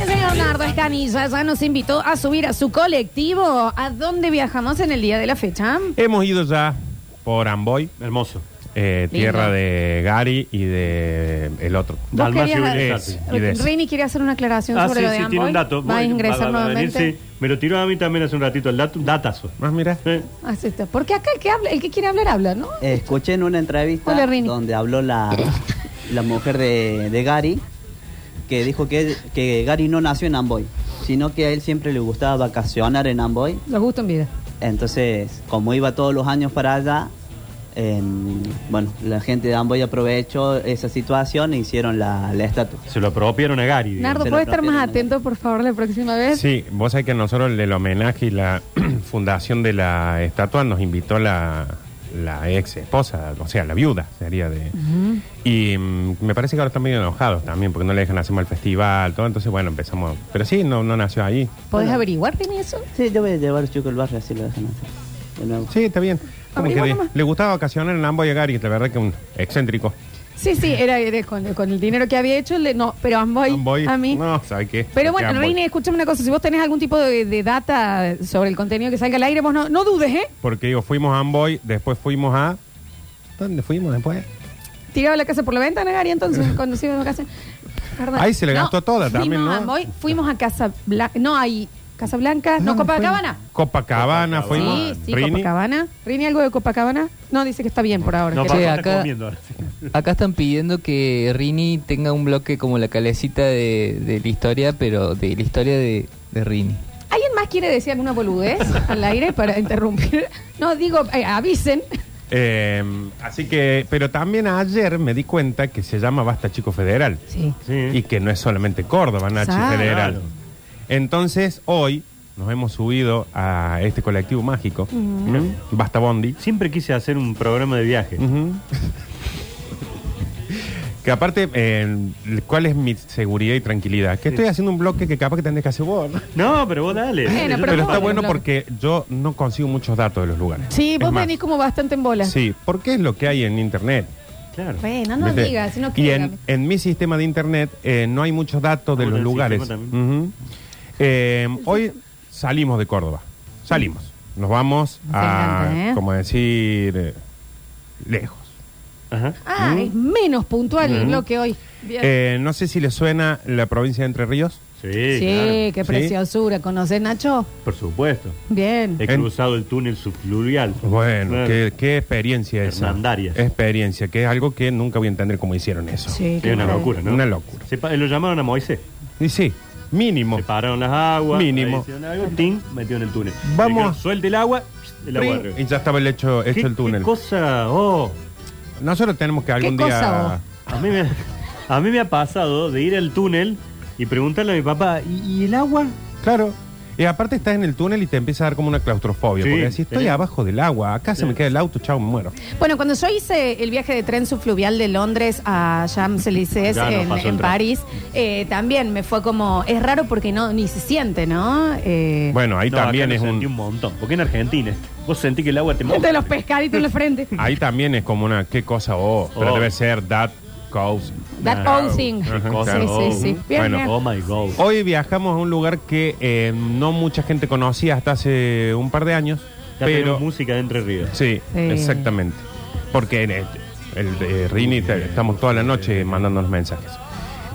Speaker 1: El señor Nardo Escanilla ya nos invitó a subir a su colectivo. ¿A dónde viajamos en el día de la fecha?
Speaker 4: Hemos ido ya por Amboy,
Speaker 2: Hermoso.
Speaker 4: eh,
Speaker 1: Lindo.
Speaker 4: tierra de Gary y de el otro.
Speaker 1: Vos
Speaker 2: Dalmacio
Speaker 1: querías-
Speaker 2: y de-
Speaker 4: Es, y de-
Speaker 1: Rini quiere hacer una aclaración
Speaker 2: Ah, sí,
Speaker 1: sobre lo de
Speaker 2: sí,
Speaker 1: Amboy.
Speaker 2: tiene un dato.
Speaker 1: Va a
Speaker 2: Bueno,
Speaker 1: ingresar
Speaker 2: va a venir,
Speaker 1: nuevamente.
Speaker 2: sí. Me lo tiró a mí también hace un ratito el dato, un datazo.
Speaker 4: Ah, mira.
Speaker 2: Eh,
Speaker 1: Así está. Porque acá el que, habla, el que quiere hablar, habla, ¿no?
Speaker 3: Escuché en una entrevista
Speaker 1: Hola, Rini.
Speaker 3: donde habló la, la mujer de, de Gary, que dijo que, que Gary no nació en Amboy, sino que a él siempre le gustaba vacacionar en Amboy.
Speaker 1: Los gusto en vida.
Speaker 3: Entonces, como iba todos los años para allá, em, bueno, la gente de Amboy aprovechó esa situación e hicieron la, la estatua.
Speaker 2: se lo apropiaron a Gary. digamos.
Speaker 1: Nardo,
Speaker 3: te lo
Speaker 1: ¿puedes estar más
Speaker 3: prometieron.
Speaker 1: atento, por favor, la próxima vez?
Speaker 4: Sí, vos sabés que nosotros el homenaje y la fundación de la estatua nos invitó la, la ex esposa, o sea, la viuda sería de... Y mm, me parece que ahora están medio enojados también porque no le dejan hacer mal festival, todo, entonces bueno, empezamos... Pero sí, no, no nació ahí.
Speaker 1: ¿Podés averiguar, Rini, eso?
Speaker 3: Sí, yo voy a llevar a Chuco al barrio, así lo dejan hacer. De nuevo.
Speaker 4: Sí, está bien. Como que
Speaker 1: Averigua
Speaker 4: le,
Speaker 1: nomás.
Speaker 4: le gustaba vacacionar en Amboy y Gary, la verdad que un excéntrico.
Speaker 1: Sí, sí, era, era con, con el dinero que había hecho. le- no, pero Amboy,
Speaker 4: Amboy,
Speaker 1: a mí.
Speaker 4: No, ¿sabes qué?
Speaker 1: Pero
Speaker 4: Que
Speaker 1: bueno,
Speaker 4: Amboy.
Speaker 1: Rini, escúchame una cosa. Si vos tenés algún tipo de, de data sobre el contenido que salga al aire, vos no, no dudes, ¿eh?
Speaker 4: Porque digo, fuimos a Amboy, después fuimos a... ¿Dónde fuimos después?
Speaker 1: Tiraba la casa por la ventana, Gary, entonces, cuando se iba de vacaciones. Perdón.
Speaker 4: Ahí se le gastó toda
Speaker 1: fuimos
Speaker 4: también, ¿no?
Speaker 1: A Amboy, fuimos a Casa Blanca. No, ahí. Casa Blanca, no, Copacabana.
Speaker 4: Copacabana, fuimos.
Speaker 1: Sí, sí,
Speaker 4: Rini.
Speaker 1: Copacabana. Rini, algo de Copacabana. No, dice que está bien por ahora.
Speaker 2: No,
Speaker 1: que-
Speaker 2: papá,
Speaker 6: Sí,
Speaker 2: está
Speaker 6: acá-
Speaker 2: comiendo ahora, sí.
Speaker 6: Acá están pidiendo que Rini tenga un bloque como la calecita de, de la historia, pero de la historia de, de Rini.
Speaker 1: ¿Alguien más quiere decir alguna boludez al aire para interrumpir? No, digo, eh, avisen.
Speaker 4: Eh, así que, pero también ayer me di cuenta que se llama Basta Chico Federal
Speaker 1: Sí.
Speaker 2: Sí.
Speaker 4: y que no es solamente Córdoba, Nachi
Speaker 1: Claro.
Speaker 4: Federal. Entonces, hoy nos hemos subido a este colectivo mágico, ¿no? Basta Bondi,
Speaker 2: Siempre quise hacer un programa de viaje.
Speaker 4: Ujú. que aparte, eh, ¿cuál es mi seguridad y tranquilidad? Que estoy haciendo un bloque que capaz que tenés que hacer vos, ¿no?
Speaker 2: No, pero vos dale. dale,
Speaker 1: Bueno,
Speaker 2: yo
Speaker 1: pero
Speaker 2: te
Speaker 4: Pero está
Speaker 1: vos-
Speaker 2: apoyo.
Speaker 4: bueno
Speaker 1: claro.
Speaker 4: porque yo no consigo muchos datos de los lugares.
Speaker 1: Sí,
Speaker 4: Es
Speaker 1: vos
Speaker 4: más,
Speaker 1: venís como bastante en bola.
Speaker 4: Sí, porque es lo que hay en internet.
Speaker 2: Claro.
Speaker 1: Bueno, Ah, no
Speaker 4: ¿Viste?
Speaker 1: digas, sino que.
Speaker 4: y en, en mi sistema de internet eh, no hay muchos datos de
Speaker 2: Bueno,
Speaker 4: los
Speaker 2: el
Speaker 4: lugares.
Speaker 2: sistema
Speaker 4: Ujú. Eh, hoy salimos de Córdoba. Salimos. Nos vamos
Speaker 1: Nos
Speaker 4: a,
Speaker 1: encanta, ¿eh?
Speaker 4: como decir, eh, lejos.
Speaker 2: Ajá. ¿Mm?
Speaker 1: Ah, es menos puntual el bloque hoy. Bien.
Speaker 4: Eh, no sé si les suena la provincia de Entre Ríos.
Speaker 2: Sí,
Speaker 1: sí, qué
Speaker 2: claro.
Speaker 4: Sí.
Speaker 1: preciosura. ¿Conoces, Nacho?
Speaker 2: Por supuesto.
Speaker 1: Bien.
Speaker 2: He
Speaker 4: En-
Speaker 2: cruzado el túnel subfluvial.
Speaker 4: Bueno,
Speaker 2: Claro.
Speaker 4: qué, qué experiencia esa.
Speaker 2: Hernandarias.
Speaker 4: Experiencia, que es algo que nunca voy a entender cómo hicieron eso.
Speaker 1: Sí, qué
Speaker 2: Es una
Speaker 1: maravilla.
Speaker 2: locura, ¿no?
Speaker 4: Una locura.
Speaker 2: Se pa- lo llamaron a Moisés.
Speaker 4: Y sí, mínimo.
Speaker 2: Separaron las aguas.
Speaker 4: Mínimo.
Speaker 2: ahí hicieron algo, tin, metido en el túnel.
Speaker 4: Vamos.
Speaker 2: Dijeron, Suelte el agua, el agua
Speaker 4: Pring,
Speaker 2: arriba.
Speaker 4: Y ya estaba el hecho,
Speaker 2: ¿Qué-
Speaker 4: hecho el túnel.
Speaker 2: Qué cosa, oh.
Speaker 4: Nosotros tenemos que algún
Speaker 1: cosa
Speaker 4: día...
Speaker 1: vos?
Speaker 2: A mí, me, a mí me ha pasado de ir al túnel y preguntarle a mi papá, ¿y, y el agua?
Speaker 4: Claro. Y aparte estás en el túnel y te empieza a dar como una claustrofobia.
Speaker 2: Sí,
Speaker 4: porque decís, estoy
Speaker 2: tenés-
Speaker 4: abajo del agua, acá se me queda el auto, chao, me muero.
Speaker 1: Bueno, cuando yo hice el viaje de tren subfluvial de Londres a Champs-Élysées
Speaker 2: Ya nos
Speaker 1: en,
Speaker 2: pasó el
Speaker 1: en
Speaker 2: tren.
Speaker 1: París, eh, también me fue como. Es raro porque no ni se siente, ¿no? Eh,
Speaker 4: Bueno, ahí
Speaker 2: No,
Speaker 4: también
Speaker 2: acá
Speaker 4: es
Speaker 2: lo
Speaker 4: un...
Speaker 2: sentí un montón. Porque en Argentina vos sentís que el agua te
Speaker 1: de
Speaker 2: moja.
Speaker 1: los pescaditos en la frente.
Speaker 4: Ahí también es como una... ¿Qué cosa? Oh, pero
Speaker 2: Oh.
Speaker 4: debe ser that cause...
Speaker 1: That
Speaker 2: Ah,
Speaker 1: old thing.
Speaker 2: qué
Speaker 4: Ajá,
Speaker 2: cosa,
Speaker 1: Sí,
Speaker 2: oh.
Speaker 1: sí, sí. Bien,
Speaker 4: Bueno,
Speaker 1: bien.
Speaker 2: Oh my god.
Speaker 4: Hoy viajamos a un lugar que eh, no mucha gente conocía hasta hace un par de años.
Speaker 2: Ya
Speaker 4: pero...
Speaker 2: tenemos música de Entre Ríos.
Speaker 4: Sí,
Speaker 1: Sí.
Speaker 4: exactamente. Porque en el, el de Rini te- estamos toda la noche mandándonos mensajes.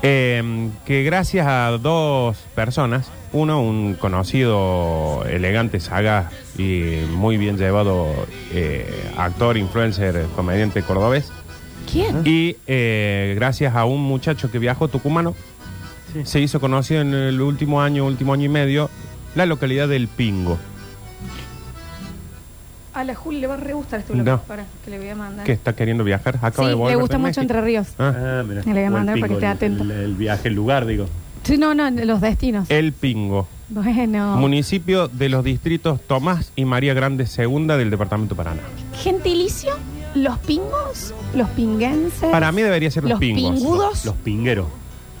Speaker 4: Eh, que gracias a dos personas, uno, un conocido, elegante, saga y muy bien llevado eh, actor, influencer, comediante cordobés,
Speaker 1: ¿Quién?
Speaker 4: y eh, gracias a un muchacho que viajó tucumano,
Speaker 2: Sí.
Speaker 4: se hizo conocido en el último año, último año y medio, la localidad del Pingo.
Speaker 1: A la Juli le va a re gustar este
Speaker 4: No.
Speaker 1: bloque. Para, que le voy a mandar.
Speaker 4: que está queriendo viajar. Acaba
Speaker 1: Ah. Sí,
Speaker 4: de volver
Speaker 1: le gusta
Speaker 4: de
Speaker 1: mucho
Speaker 4: México.
Speaker 1: Entre Ríos.
Speaker 4: Ah,
Speaker 2: Ah, mira.
Speaker 1: Me le voy a
Speaker 2: O el
Speaker 1: mandar para que esté atento.
Speaker 2: El, el viaje, el lugar, digo.
Speaker 1: Sí, no, no, los destinos.
Speaker 4: El Pingo, Ah.
Speaker 1: Bueno.
Speaker 4: municipio de los distritos Tomás y María Grande Segunda del departamento Paraná.
Speaker 1: Gentilicio, los pingos, los pinguenses.
Speaker 4: Para mí debería ser los,
Speaker 1: los
Speaker 4: pingos.
Speaker 1: pingudos.
Speaker 2: Los pingueros.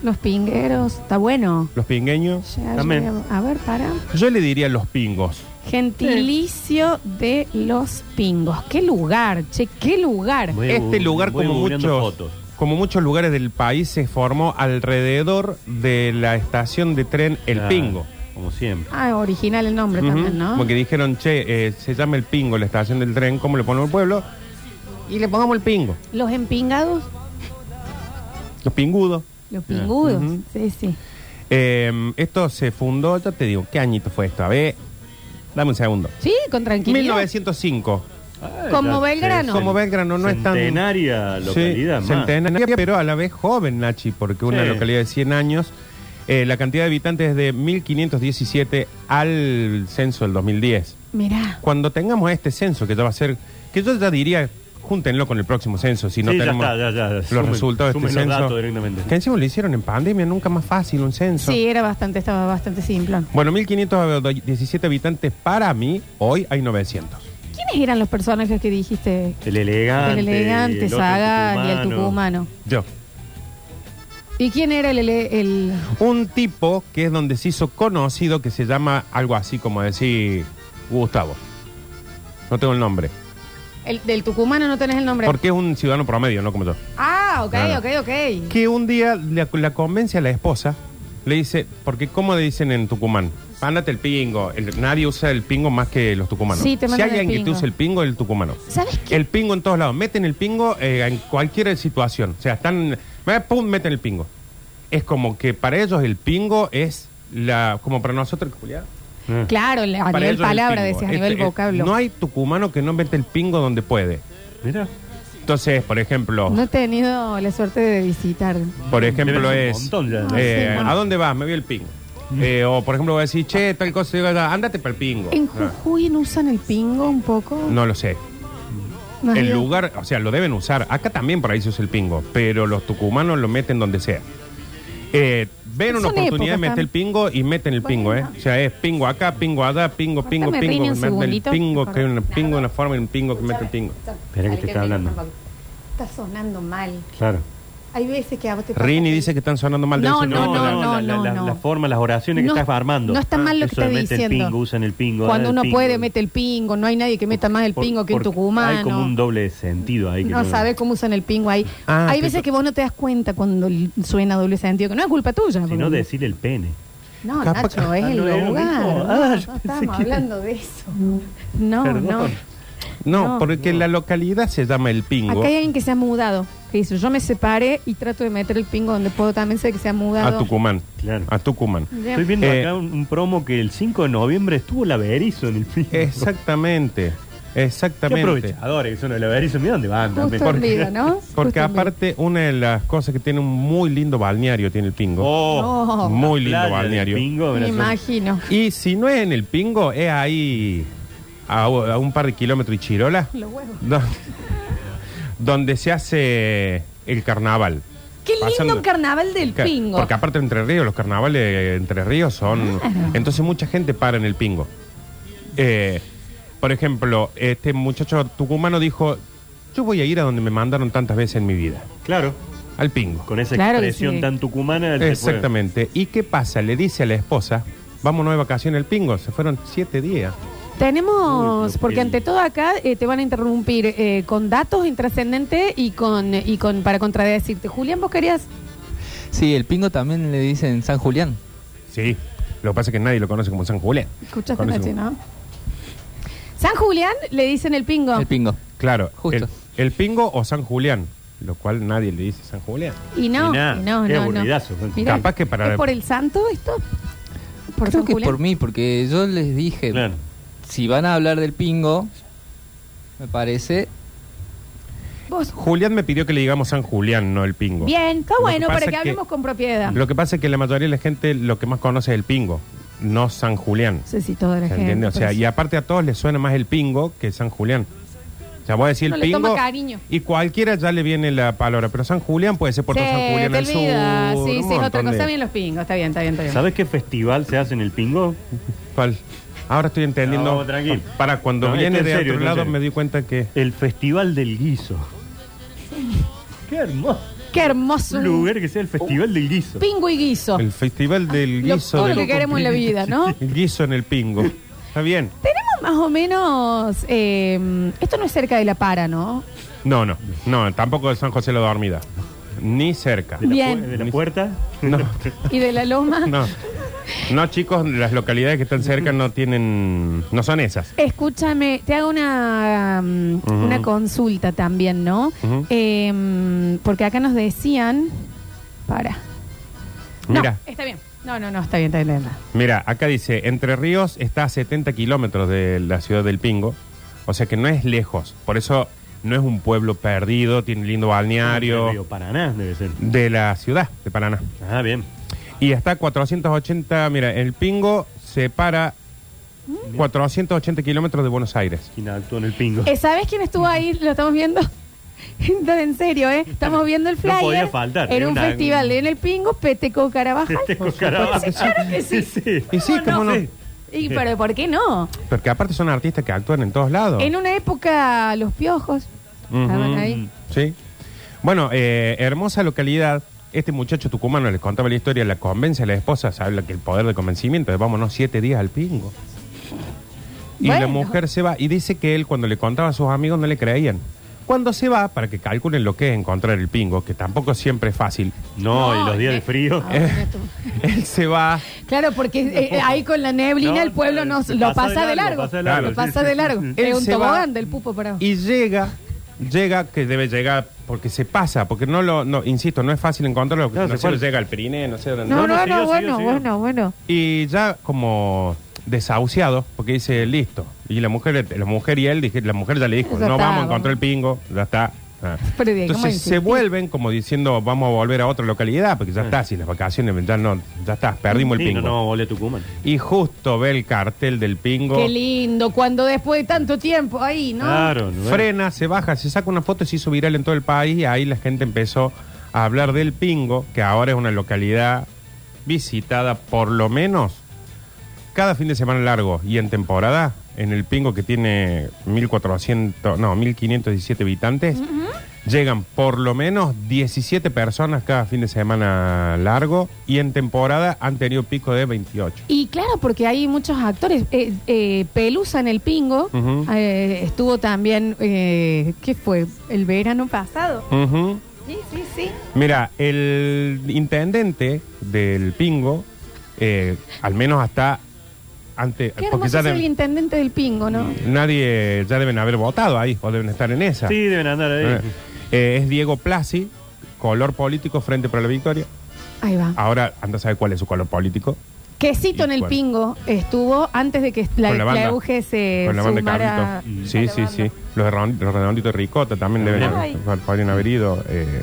Speaker 1: Los pingueros, está bueno.
Speaker 4: Los pingueños.
Speaker 1: Ya
Speaker 2: Amén.
Speaker 1: llegamos. A ver, para.
Speaker 4: Yo le diría los pingos.
Speaker 1: Gentilicio de los pingos. Qué lugar, che, qué lugar.
Speaker 2: Voy
Speaker 4: este
Speaker 2: bu-
Speaker 4: lugar,
Speaker 2: voy
Speaker 4: como
Speaker 2: googleando
Speaker 4: muchos,
Speaker 2: fotos.
Speaker 4: como muchos lugares del país, se formó alrededor de la estación de tren El
Speaker 2: Ah,
Speaker 4: Pingo.
Speaker 2: Como siempre.
Speaker 1: Ah, original el nombre también, ¿no?
Speaker 4: Porque dijeron, che, eh, se llama El Pingo la estación del tren, ¿cómo le ponemos el pueblo? Y le pongamos El Pingo.
Speaker 1: Los empingados,
Speaker 4: Los pingudos.
Speaker 1: los pingudos.
Speaker 4: Ah, Ujú.
Speaker 1: Sí, sí.
Speaker 4: Eh, esto se fundó, ya te digo, ¿qué añito fue esto? A ver, dame un segundo.
Speaker 1: Sí, con tranquilidad.
Speaker 4: 1905.
Speaker 2: Ah,
Speaker 1: Como
Speaker 2: ya,
Speaker 1: Belgrano.
Speaker 2: sí,
Speaker 4: Como Belgrano no es tan...
Speaker 2: Centenaria localidad,
Speaker 4: Sí,
Speaker 2: más.
Speaker 4: centenaria, pero a la vez joven, Nachi, porque una
Speaker 2: Sí.
Speaker 4: localidad de 100 años. Eh, la cantidad de habitantes es de 1517 al censo del 2010.
Speaker 1: Mirá.
Speaker 4: Cuando tengamos este censo, que ya va a ser, que yo ya diría, júntenlo con el próximo censo, si no
Speaker 2: Sí, ya
Speaker 4: tenemos
Speaker 2: está, ya, ya,
Speaker 4: los
Speaker 2: sumen-
Speaker 4: resultados de
Speaker 2: sumen
Speaker 4: este
Speaker 2: los
Speaker 4: censo.
Speaker 2: datos directamente.
Speaker 4: Que encima lo hicieron en pandemia, nunca más fácil un censo.
Speaker 1: Sí, era bastante, estaba bastante simple.
Speaker 4: Bueno, 1517 habitantes para mí, hoy hay 900.
Speaker 1: ¿Quiénes eran los personajes que dijiste?
Speaker 2: El elegante.
Speaker 1: el elegante,
Speaker 2: y el otro
Speaker 1: Saga y el tucumano.
Speaker 4: Yo.
Speaker 1: ¿Y quién era el, ele- el-
Speaker 4: Un tipo que es donde se hizo conocido que se llama algo así como decir Gustavo. No tengo el nombre.
Speaker 1: el- del tucumano? No tenés el nombre.
Speaker 4: Porque es un ciudadano promedio, no como yo.
Speaker 1: Ah, ok,
Speaker 4: Claro.
Speaker 1: ok, ok.
Speaker 4: Que un día la, la convence a la esposa, le dice, porque ¿cómo le dicen en Tucumán? Ándate el pingo. El- nadie usa el pingo más que los tucumanos.
Speaker 1: Sí, te
Speaker 4: si hay
Speaker 1: mandan el
Speaker 4: alguien que te
Speaker 1: pingo.
Speaker 4: usa el pingo, el tucumano.
Speaker 1: ¿Sabes qué?
Speaker 4: El pingo en todos lados. Meten el pingo eh, en cualquier situación. O sea, están. eh, ¡Pum! Meten el pingo. Es como que para ellos el pingo es la. Como para nosotros. Julián,
Speaker 2: tucumano. Ah,
Speaker 1: Claro, le- a
Speaker 4: para
Speaker 1: nivel
Speaker 4: ellos el
Speaker 1: palabra,
Speaker 4: pingo.
Speaker 1: decías, a
Speaker 4: Este,
Speaker 1: nivel
Speaker 4: eh,
Speaker 1: vocablo.
Speaker 4: No
Speaker 1: No,
Speaker 4: hay tucumano que no mete el pingo donde puede.
Speaker 2: Mira.
Speaker 4: Entonces, por ejemplo.
Speaker 1: he tenido la suerte de visitar.
Speaker 4: Por ejemplo,
Speaker 2: Debe ser un
Speaker 4: es.
Speaker 2: montón ya. Mm.
Speaker 4: eh,
Speaker 1: Ah, sí, bueno.
Speaker 4: ¿A dónde vas? Me voy el pingo. Eh, o por ejemplo, voy a decir, che, tal cosa, y digo, ándate para el pingo.
Speaker 1: ¿En
Speaker 4: Ah,
Speaker 1: Jujuy no usan el pingo un poco?
Speaker 4: no lo sé.
Speaker 1: ¿No has
Speaker 4: El
Speaker 1: ido?
Speaker 4: lugar, o sea, lo deben usar. Acá también por ahí se usa el pingo, pero los tucumanos lo meten donde sea. Eh, ven una
Speaker 1: Son
Speaker 4: oportunidad
Speaker 1: épocas
Speaker 4: de meter el pingo y meten el pingo, ¿eh? O sea, es pingo acá, pingo allá, pingo, pingo,
Speaker 1: Cortame,
Speaker 4: pingo.
Speaker 1: Rini, un
Speaker 4: meten el
Speaker 1: segundito.
Speaker 4: pingo, que hay un pingo, una forma y un pingo que mete el pingo.
Speaker 2: Espera que te está hablando.
Speaker 1: Está sonando mal.
Speaker 2: Claro.
Speaker 1: Hay veces que a vos te pasa
Speaker 4: Rini
Speaker 1: que-
Speaker 4: dice que están sonando mal.
Speaker 1: No,
Speaker 4: debe ser
Speaker 1: no,
Speaker 4: la-
Speaker 1: no,
Speaker 2: la,
Speaker 1: no,
Speaker 2: la- la-
Speaker 1: no,
Speaker 2: la-
Speaker 1: no.
Speaker 2: la forma, las oraciones
Speaker 1: No,
Speaker 2: que estás armando. Ah,
Speaker 1: no está mal lo que
Speaker 2: Eso
Speaker 1: está
Speaker 2: de meten
Speaker 1: diciendo.
Speaker 2: el pingo, usan el pingo.
Speaker 1: Cuando
Speaker 2: ah, el
Speaker 1: uno
Speaker 2: pingo.
Speaker 1: puede, mete el pingo. No hay nadie que meta más el pingo que un
Speaker 2: Porque
Speaker 1: tucumano.
Speaker 2: Hay como un doble sentido ahí. Que
Speaker 1: No sabe cómo usan el pingo ahí.
Speaker 4: Ah,
Speaker 1: Hay
Speaker 4: que
Speaker 1: veces
Speaker 4: to-
Speaker 1: que vos no te das cuenta cuando l- suena doble sentido, que no es culpa tuya.
Speaker 2: Si
Speaker 1: porque-
Speaker 2: no, decir el pene.
Speaker 1: No,
Speaker 4: Capaz-
Speaker 1: Nacho, es
Speaker 2: Ah,
Speaker 1: el
Speaker 2: no era lo
Speaker 1: lugar.
Speaker 2: mismo.
Speaker 1: No, no
Speaker 2: Ah, yo pensé
Speaker 1: estamos
Speaker 2: que-
Speaker 1: hablando de eso. No,
Speaker 2: Perdón.
Speaker 1: no.
Speaker 4: No,
Speaker 1: No,
Speaker 4: porque la localidad se llama el pingo.
Speaker 1: Acá hay alguien que se ha mudado. Que dice, yo me separé y trato de meter el pingo donde puedo. También sé que se ha
Speaker 4: A
Speaker 1: mudado.
Speaker 4: Tucumán.
Speaker 2: Claro.
Speaker 4: A Tucumán.
Speaker 1: Ya.
Speaker 2: Estoy viendo
Speaker 4: Eh,
Speaker 2: acá un, un promo que el 5 de noviembre estuvo la Berizo en el pingo.
Speaker 4: Exactamente.
Speaker 2: Qué
Speaker 4: Exactamente.
Speaker 2: aprovechadores que son los de la Berizo. Mira dónde van. también.
Speaker 1: Justo en vida, ¿no? Justo
Speaker 4: Porque
Speaker 1: en vida.
Speaker 4: aparte, una de las cosas que tiene un muy lindo balneario tiene el pingo.
Speaker 2: Oh,
Speaker 1: Oh,
Speaker 4: muy
Speaker 2: la
Speaker 4: lindo
Speaker 2: playa del
Speaker 4: balneario.
Speaker 2: Pingo,
Speaker 1: me
Speaker 2: mira, son-
Speaker 1: imagino.
Speaker 4: Y si no es en el pingo, es ahí a, a un par de kilómetros y Chirola,
Speaker 1: Los huevos.
Speaker 4: do- donde se hace el carnaval.
Speaker 1: Qué lindo
Speaker 4: Pasando-
Speaker 1: carnaval del
Speaker 4: Ca-
Speaker 1: pingo.
Speaker 4: Porque aparte de Entre Ríos, los carnavales de Entre Ríos son...
Speaker 1: Ah.
Speaker 4: Entonces mucha gente para en el pingo. Eh, por ejemplo, este muchacho tucumano dijo, yo voy a ir a donde me mandaron tantas veces en mi vida,
Speaker 2: Claro,
Speaker 4: al pingo.
Speaker 2: con esa
Speaker 1: Claro que
Speaker 2: expresión
Speaker 1: sí.
Speaker 2: tan tucumana. él se fue.
Speaker 4: Exactamente. ¿Y qué pasa? Le dice a la esposa, vámonos de vacaciones al pingo. Se fueron siete días.
Speaker 2: Uy,
Speaker 1: Tenemos,
Speaker 2: lo
Speaker 1: porque
Speaker 2: que-
Speaker 1: ante todo acá eh, te van a interrumpir eh, con datos intrascendentes y con eh, y con para contradecirte. Julián, vos querías
Speaker 6: Sí, el pingo también le dicen San Julián.
Speaker 4: Sí. Lo que pasa es que nadie lo conoce como San Julián.
Speaker 1: escuchaste
Speaker 4: Con eso-
Speaker 1: Nachi, ¿no? San Julián le dicen el pingo
Speaker 6: El pingo.
Speaker 4: Claro.
Speaker 6: Justo.
Speaker 4: El, el pingo o San Julián. Lo cual nadie le dice San Julián.
Speaker 1: y no,
Speaker 2: Y nada,
Speaker 1: y no,
Speaker 2: qué
Speaker 1: no, no.
Speaker 2: aburridazo.
Speaker 1: Mirá,
Speaker 4: Capaz que para-
Speaker 1: ¿Es por el santo esto? Por
Speaker 6: Creo
Speaker 1: San
Speaker 6: que
Speaker 1: Julián?
Speaker 6: por mí, porque yo les dije,
Speaker 2: Claro.
Speaker 6: si van a hablar del pingo, me parece,
Speaker 1: Vos.
Speaker 4: Julián me pidió que le digamos San Julián, no el pingo.
Speaker 1: Bien, está
Speaker 4: Lo que
Speaker 1: bueno
Speaker 4: pasa
Speaker 1: para que,
Speaker 4: es que-
Speaker 1: hablemos con propiedad.
Speaker 4: Lo que pasa es que la mayoría de la gente lo que más conoce es el pingo, no San Julián.
Speaker 1: No sé si toda la
Speaker 4: ¿Se
Speaker 1: gente.
Speaker 4: entiende? O sea,
Speaker 1: pero-
Speaker 4: y aparte a todos les suena más el pingo que San Julián. O sea, voy a decir
Speaker 1: No
Speaker 4: el
Speaker 1: le toma
Speaker 4: pingo.
Speaker 1: cariño.
Speaker 4: Y cualquiera ya le viene la palabra. Pero San Julián puede ser Puerto
Speaker 1: Sí,
Speaker 4: San Julián
Speaker 1: te
Speaker 4: al sur.
Speaker 1: olvidas. Sí,
Speaker 4: un
Speaker 1: sí, es otra
Speaker 4: montón
Speaker 1: cosa.
Speaker 4: de-
Speaker 1: Está bien los pingos, está bien, está bien, está bien.
Speaker 2: ¿Sabes qué festival se hace en el pingo?
Speaker 4: ¿Cuál? Ahora estoy entendiendo.
Speaker 2: No, tranquilo.
Speaker 4: Para cuando
Speaker 2: No,
Speaker 4: viene
Speaker 2: esto
Speaker 4: de
Speaker 2: en serio,
Speaker 4: otro
Speaker 2: esto en
Speaker 4: lado
Speaker 2: serio.
Speaker 4: me di cuenta que.
Speaker 2: El festival del guiso. Qué hermoso.
Speaker 1: Qué hermoso. un
Speaker 2: lugar que sea el festival del guiso.
Speaker 1: Pingo y guiso.
Speaker 4: El festival del
Speaker 1: Ah, Lo-
Speaker 4: guiso.
Speaker 1: todo
Speaker 4: del-
Speaker 1: lo que queremos en la vida, ¿no?
Speaker 4: El guiso en el pingo. Está bien.
Speaker 1: Tenemos más o menos. eh, esto no es cerca de la para, ¿no?
Speaker 4: No, no, no, tampoco de San José la Dormida. Ni cerca.
Speaker 2: De la,
Speaker 1: Bien.
Speaker 2: pu- de la puerta.
Speaker 4: No,
Speaker 1: Y de la loma.
Speaker 4: no. No, chicos, las localidades que están cerca no tienen. No son esas.
Speaker 1: Escúchame, te hago una, um,
Speaker 4: Ujú.
Speaker 1: una consulta también, ¿no?
Speaker 4: Ujú.
Speaker 1: Eh, porque acá nos decían. Para. No,
Speaker 4: Mira,
Speaker 1: está bien. No, no, no, está bien, está bien. está bien.
Speaker 4: mira, acá dice: Entre Ríos está a 70 kilómetros de la ciudad del Pingo. O sea que no es lejos. Por eso no es un pueblo perdido, tiene lindo
Speaker 2: De Río
Speaker 4: balneario.
Speaker 2: Paraná debe ser.
Speaker 4: De la ciudad de Paraná.
Speaker 2: Ah, bien.
Speaker 4: Y está a 480. Mira, el Pingo separa 480 kilómetros de Buenos Aires.
Speaker 2: ¿Quién actuó en el pingo?
Speaker 1: Eh, ¿Sabes quién estuvo ahí? Lo estamos viendo. Entonces, en serio, ¿eh? Estamos viendo el
Speaker 2: No
Speaker 1: flyer.
Speaker 2: podía faltar,
Speaker 1: Era
Speaker 2: eh,
Speaker 1: un
Speaker 2: una-
Speaker 1: festival en el Pingo, Peteco Carabajal.
Speaker 2: Este Cocarabaza.
Speaker 1: Sí, claro que sí.
Speaker 4: Y sí, cómo no.
Speaker 2: Sí.
Speaker 1: Y, pero ¿por qué no?
Speaker 4: Porque aparte son artistas que actúan en todos lados.
Speaker 1: En una época, los piojos
Speaker 4: Ujú.
Speaker 1: estaban ahí.
Speaker 4: Sí. Bueno, eh, hermosa localidad. Este muchacho tucumano les contaba la historia, la convence a la esposa, sabe que el poder del convencimiento, de vámonos siete días al pingo. Y la
Speaker 1: Bueno.
Speaker 4: mujer se va y dice que él cuando le contaba a sus amigos no le creían. Cuando se va, para que calculen lo que es encontrar el pingo, que tampoco siempre es fácil,
Speaker 2: No,
Speaker 1: No,
Speaker 2: y los días de
Speaker 1: eh.
Speaker 2: frío.
Speaker 1: Ah, bueno, esto-
Speaker 4: él se va
Speaker 1: Claro, porque eh, ahí con la neblina
Speaker 2: No,
Speaker 1: el pueblo
Speaker 2: no,
Speaker 1: nos
Speaker 2: se
Speaker 1: lo
Speaker 2: pasa
Speaker 1: pasa de
Speaker 2: de
Speaker 1: largo.
Speaker 2: largo,
Speaker 1: Lo
Speaker 2: pasa
Speaker 1: pasa
Speaker 2: de largo, sí,
Speaker 1: de largo.
Speaker 2: sí, sí.
Speaker 4: Él
Speaker 1: Es un
Speaker 4: se va
Speaker 1: tobogán del pupo para.
Speaker 4: y llega, llega, que debe llegar, porque se pasa, porque no lo, no, insisto, no es fácil encontrarlo,
Speaker 2: Claro,
Speaker 4: no
Speaker 2: se
Speaker 4: sé,
Speaker 2: puede.
Speaker 4: llega al Pirineo, no sé dónde.
Speaker 1: No, no, no,
Speaker 2: siguió,
Speaker 1: bueno,
Speaker 2: siguió, siguió.
Speaker 1: bueno, bueno.
Speaker 4: Y ya como desahuciado, porque dice, listo. Y la mujer, la mujer y él, dije, la mujer ya le dijo,
Speaker 1: Ya
Speaker 4: no
Speaker 1: está,
Speaker 4: vamos a
Speaker 1: vamos.
Speaker 4: encontrar el pingo, ya está. Ah.
Speaker 1: Pero, ¿cómo
Speaker 4: Entonces
Speaker 1: insistir?
Speaker 4: se vuelven como diciendo, vamos a volver a otra localidad, porque ya está, si las vacaciones ya no, ya está, perdimos el
Speaker 2: Ah. Sí,
Speaker 4: pingo.
Speaker 2: no, no, volé a Tucumán.
Speaker 4: Y justo ve el cartel del pingo,
Speaker 1: Qué lindo, cuando después de tanto tiempo ahí, ¿no?
Speaker 2: Claro, no,
Speaker 4: frena, se baja, se saca una foto y se hizo viral en todo el país, y ahí la gente empezó a hablar del pingo, que ahora es una localidad visitada por lo menos cada fin de semana largo y en temporada, en el Pingo que tiene 1400, no, 1517 habitantes, llegan por lo menos 17 personas cada fin de semana largo y en temporada han tenido pico de 28.
Speaker 1: Y claro, porque hay muchos actores. Eh, eh, Pelusa en el Pingo
Speaker 4: Ujú.
Speaker 1: eh, estuvo también, eh, ¿qué fue? El verano pasado.
Speaker 4: Ujú.
Speaker 1: Sí, sí, sí.
Speaker 4: Mira, el intendente del Pingo, eh, al menos hasta antes,
Speaker 1: Qué hermoso es
Speaker 4: de-
Speaker 1: el intendente del Pingo, ¿no?
Speaker 4: nadie ya deben haber votado ahí o deben estar en esa.
Speaker 2: Sí, deben andar
Speaker 4: Eh,
Speaker 2: ahí.
Speaker 4: eh, es Diego Plasi, color político Frente para la Victoria.
Speaker 1: Ahí va.
Speaker 4: Ahora anda a saber cuál es su color político.
Speaker 1: Quesito en el
Speaker 4: Bueno.
Speaker 1: Pingo estuvo antes de que la,
Speaker 4: con la banda.
Speaker 1: la UG se
Speaker 4: con la banda de
Speaker 1: Eh, sumara.
Speaker 4: Carlito.
Speaker 1: a
Speaker 4: Sí,
Speaker 1: la
Speaker 4: sí,
Speaker 1: banda.
Speaker 4: sí. Los, redond- los redonditos de ricota también deben
Speaker 1: Ay.
Speaker 4: haber, podrían haber ido. eh.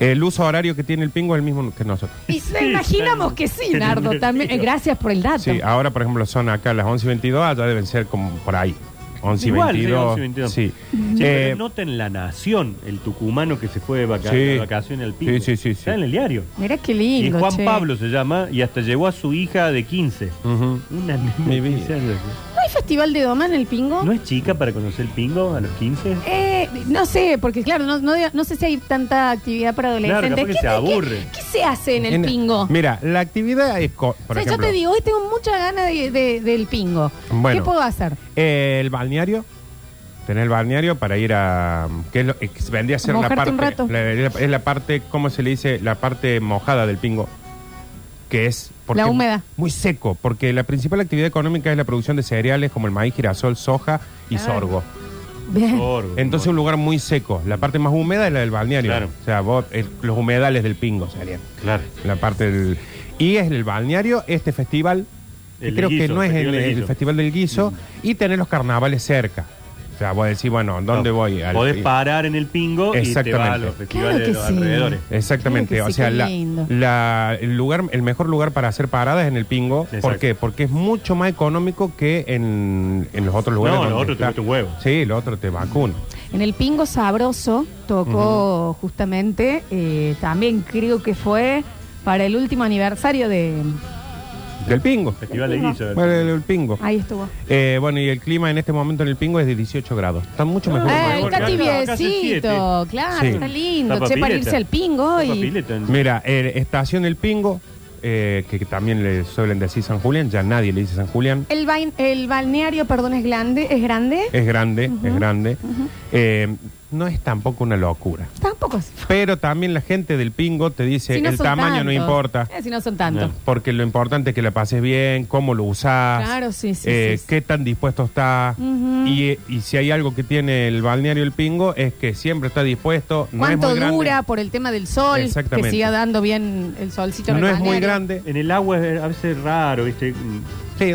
Speaker 4: El uso horario que tiene el pingo es el mismo que nosotros.
Speaker 1: Y te imaginamos que sí, Nardo, también. Eh, gracias por el dato.
Speaker 4: Sí, ah. ahora, por ejemplo, son acá las 11 y 22, allá deben ser como por ahí. 11 y
Speaker 2: Igual, sí,
Speaker 4: 22.
Speaker 2: 11 y 22.
Speaker 4: Sí.
Speaker 2: Sí,
Speaker 4: Eh,
Speaker 2: pero noten la nación, el tucumano que se fue de, vaca-
Speaker 4: Sí.
Speaker 2: de vacaciones al pingo.
Speaker 4: Sí, sí, sí, sí.
Speaker 2: Está en el diario.
Speaker 1: Mira qué
Speaker 2: Y
Speaker 1: lindo.
Speaker 2: Juan
Speaker 1: che.
Speaker 2: Pablo se llama y hasta llevó a su hija de 15.
Speaker 4: ujú.
Speaker 2: Una niña
Speaker 4: Mi
Speaker 2: de
Speaker 4: vida.
Speaker 2: 15 años.
Speaker 1: ¿No hay festival de Doma en el Pingo?
Speaker 2: ¿No es chica para conocer el pingo a los 15?
Speaker 1: Eh, no sé, porque claro, no, no, no sé si hay tanta actividad para adolescentes.
Speaker 2: capaz que
Speaker 1: ¿Qué,
Speaker 2: se
Speaker 1: qué-
Speaker 2: aburre.
Speaker 1: qué se hace en el pingo?
Speaker 4: Mira, la actividad es. co-
Speaker 1: O
Speaker 4: Por
Speaker 1: sea, yo
Speaker 4: ejemplo,
Speaker 1: te digo, hoy tengo mucha ganas de- de- del pingo.
Speaker 4: Bueno.
Speaker 1: ¿Qué puedo hacer?
Speaker 4: El balneario. Tener el balneario para ir a. que es lo- que vendría a ser la
Speaker 1: Mojarte
Speaker 4: parte.
Speaker 1: un rato.
Speaker 4: la- la- es la parte, ¿cómo se le dice? La parte mojada del pingo. Que es.
Speaker 1: La húmeda.
Speaker 4: Muy seco, porque la principal actividad económica es la producción de cereales como el maíz, girasol, soja y
Speaker 1: Claro.
Speaker 4: sorgo.
Speaker 1: Bien.
Speaker 2: Por-
Speaker 4: Entonces, un lugar muy seco. La parte más húmeda es la del balneario.
Speaker 2: Claro.
Speaker 4: O sea, vos- el- los humedales del pingo serían.
Speaker 2: Claro.
Speaker 4: La parte del. Y es el balneario, este festival. que
Speaker 2: El
Speaker 4: creo que
Speaker 2: guiso,
Speaker 4: no es el,
Speaker 2: festival del
Speaker 4: el
Speaker 2: guiso. Mm.
Speaker 4: festival del guiso. Y tener los carnavales cerca. O sea, vos decís, bueno, ¿dónde
Speaker 2: No,
Speaker 4: voy? Al-
Speaker 2: Podés parar en el pingo y te vas a
Speaker 4: Exactamente.
Speaker 2: los festivales
Speaker 1: Claro que
Speaker 2: de los
Speaker 1: sí.
Speaker 2: alrededores.
Speaker 4: Exactamente,
Speaker 1: Claro que sí,
Speaker 4: o sea,
Speaker 1: qué
Speaker 4: la-
Speaker 1: lindo.
Speaker 4: la- el, lugar, el mejor lugar para hacer paradas es en el Pingo.
Speaker 2: Exacto.
Speaker 4: ¿Por qué? Porque es mucho más económico que en, en los otros lugares.
Speaker 2: No, lo
Speaker 4: donde
Speaker 2: otro te
Speaker 4: está-
Speaker 2: cuesta un huevo.
Speaker 4: Sí, lo otro te vacuna.
Speaker 1: En el Pingo Sabroso tocó justamente, eh, también creo que fue para el último aniversario de,
Speaker 2: De
Speaker 4: Del pingo.
Speaker 2: Festival de guiso. del-
Speaker 4: Bueno, el, el pingo.
Speaker 1: Ahí estuvo.
Speaker 4: Eh, bueno, y el clima en este momento en el pingo es de 18 grados. Está mucho mejor.
Speaker 2: Ah,
Speaker 1: Eh,
Speaker 2: bueno,
Speaker 1: está
Speaker 2: acá- acá hace
Speaker 1: tibiecito,
Speaker 2: siete.
Speaker 1: claro,
Speaker 4: Sí.
Speaker 1: está lindo.
Speaker 2: Tapa
Speaker 1: che, para
Speaker 2: pileta.
Speaker 1: irse al pingo
Speaker 2: Tapa
Speaker 1: y.
Speaker 2: pileta, en-
Speaker 4: Mira, eh, estación el pingo, eh, que, que también le suelen decir San Julián, ya nadie le dice San Julián.
Speaker 1: El, bain- el balneario, perdón, es grande. ¿Es grande?
Speaker 4: Es grande, es grande. Eh, no es tampoco una locura.
Speaker 1: Tampoco es.
Speaker 4: Pero también la gente del pingo te dice
Speaker 1: si no
Speaker 4: el
Speaker 1: son
Speaker 4: tamaño no
Speaker 1: tantos.
Speaker 4: importa.
Speaker 1: Eh, si no son tantos.
Speaker 4: Porque lo importante es que la pases bien, cómo lo usás,
Speaker 1: Claro, sí, sí,
Speaker 4: eh,
Speaker 1: sí, sí.
Speaker 4: qué tan dispuesto estás. y, eh, y si hay algo que tiene el balneario El Pingo es que siempre está dispuesto. No es
Speaker 1: ¿Cuánto
Speaker 4: muy grande,
Speaker 1: dura por el tema del sol? Que
Speaker 4: Exactamente.
Speaker 1: siga dando bien el solcito. en el
Speaker 4: No es muy
Speaker 1: balneario?
Speaker 4: grande.
Speaker 2: En el agua es eh, a veces es raro, ¿viste?
Speaker 4: Sí.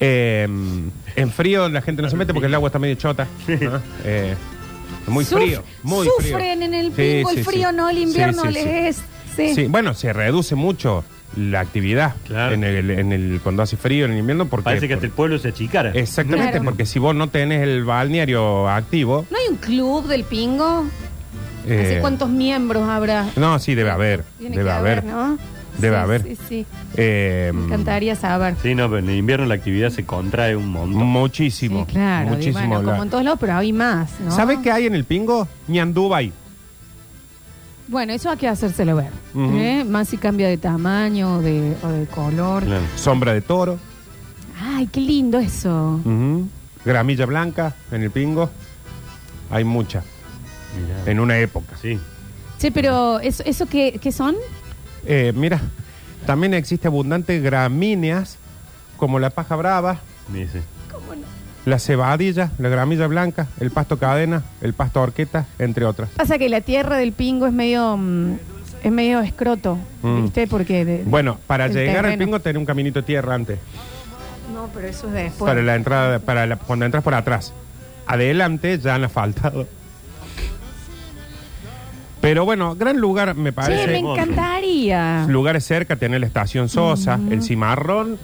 Speaker 4: Eh, en frío la gente no se mete porque el agua está medio chota. ¿no? Eh, muy
Speaker 1: Suf-
Speaker 4: frío, muy frío.
Speaker 1: Sufren en el
Speaker 4: Sí,
Speaker 1: pingo,
Speaker 4: sí,
Speaker 1: el
Speaker 4: sí.
Speaker 1: frío no, el
Speaker 4: Sí,
Speaker 1: invierno
Speaker 4: sí, sí.
Speaker 1: les es. Sí.
Speaker 4: Sí, bueno, se reduce mucho la actividad
Speaker 2: Claro.
Speaker 4: en, el, en el cuando hace frío en el invierno porque
Speaker 2: Parece que hasta
Speaker 4: por-
Speaker 2: el pueblo se achicara.
Speaker 4: exactamente
Speaker 1: Claro.
Speaker 4: porque si vos no tenés el balneario activo
Speaker 1: ¿No hay un club del pingo?
Speaker 4: eh,
Speaker 1: ¿Hace cuántos miembros habrá?
Speaker 4: no sí debe haber
Speaker 1: Tiene
Speaker 4: debe
Speaker 1: que
Speaker 4: haber,
Speaker 1: ¿no?
Speaker 4: Debe
Speaker 1: Sí,
Speaker 4: haber.
Speaker 1: Sí, sí.
Speaker 4: Eh,
Speaker 1: Me encantaría saber.
Speaker 2: Sí, no, pero en el invierno la actividad se contrae un montón.
Speaker 4: muchísimo
Speaker 1: Sí, claro. digo,
Speaker 4: muchísimo
Speaker 1: bueno,
Speaker 4: la-
Speaker 1: como en todos lados, pero hay más, ¿no?
Speaker 4: ¿Sabes qué hay en el pingo? Ñandubay.
Speaker 1: Bueno, eso hay que hacérselo ver.
Speaker 4: Ujú.
Speaker 1: ¿eh? Más si cambia de tamaño de, o de
Speaker 4: Mm.
Speaker 1: color.
Speaker 2: Claro.
Speaker 4: Sombra de toro.
Speaker 1: Ay, qué lindo eso.
Speaker 4: ujú, Gramilla blanca en el pingo. Hay mucha.
Speaker 2: Mirá.
Speaker 4: En una época.
Speaker 2: Sí.
Speaker 1: Che, pero ¿eso, eso qué, qué son?
Speaker 4: Eh, mira, también existe abundante gramíneas como la paja brava,
Speaker 2: Me dice.
Speaker 4: la cebadilla, la gramilla blanca, el pasto cadena, el pasto horqueta, entre otras.
Speaker 1: Pasa que la tierra del pingo es medio mm, es medio escroto,
Speaker 4: Mm.
Speaker 1: ¿viste? Porque de-
Speaker 4: Bueno, para
Speaker 1: el
Speaker 4: llegar al
Speaker 1: terreno.
Speaker 4: pingo tenés un caminito de tierra antes.
Speaker 1: No, pero eso es después.
Speaker 4: Para la entrada, para la- cuando entras por atrás. Adelante ya han asfaltado. Pero bueno, gran lugar me
Speaker 1: Che, me
Speaker 4: parece.
Speaker 2: hermoso.
Speaker 1: encantaría.
Speaker 4: Lugares cerca, tener la estación Sosa, el Cimarrón.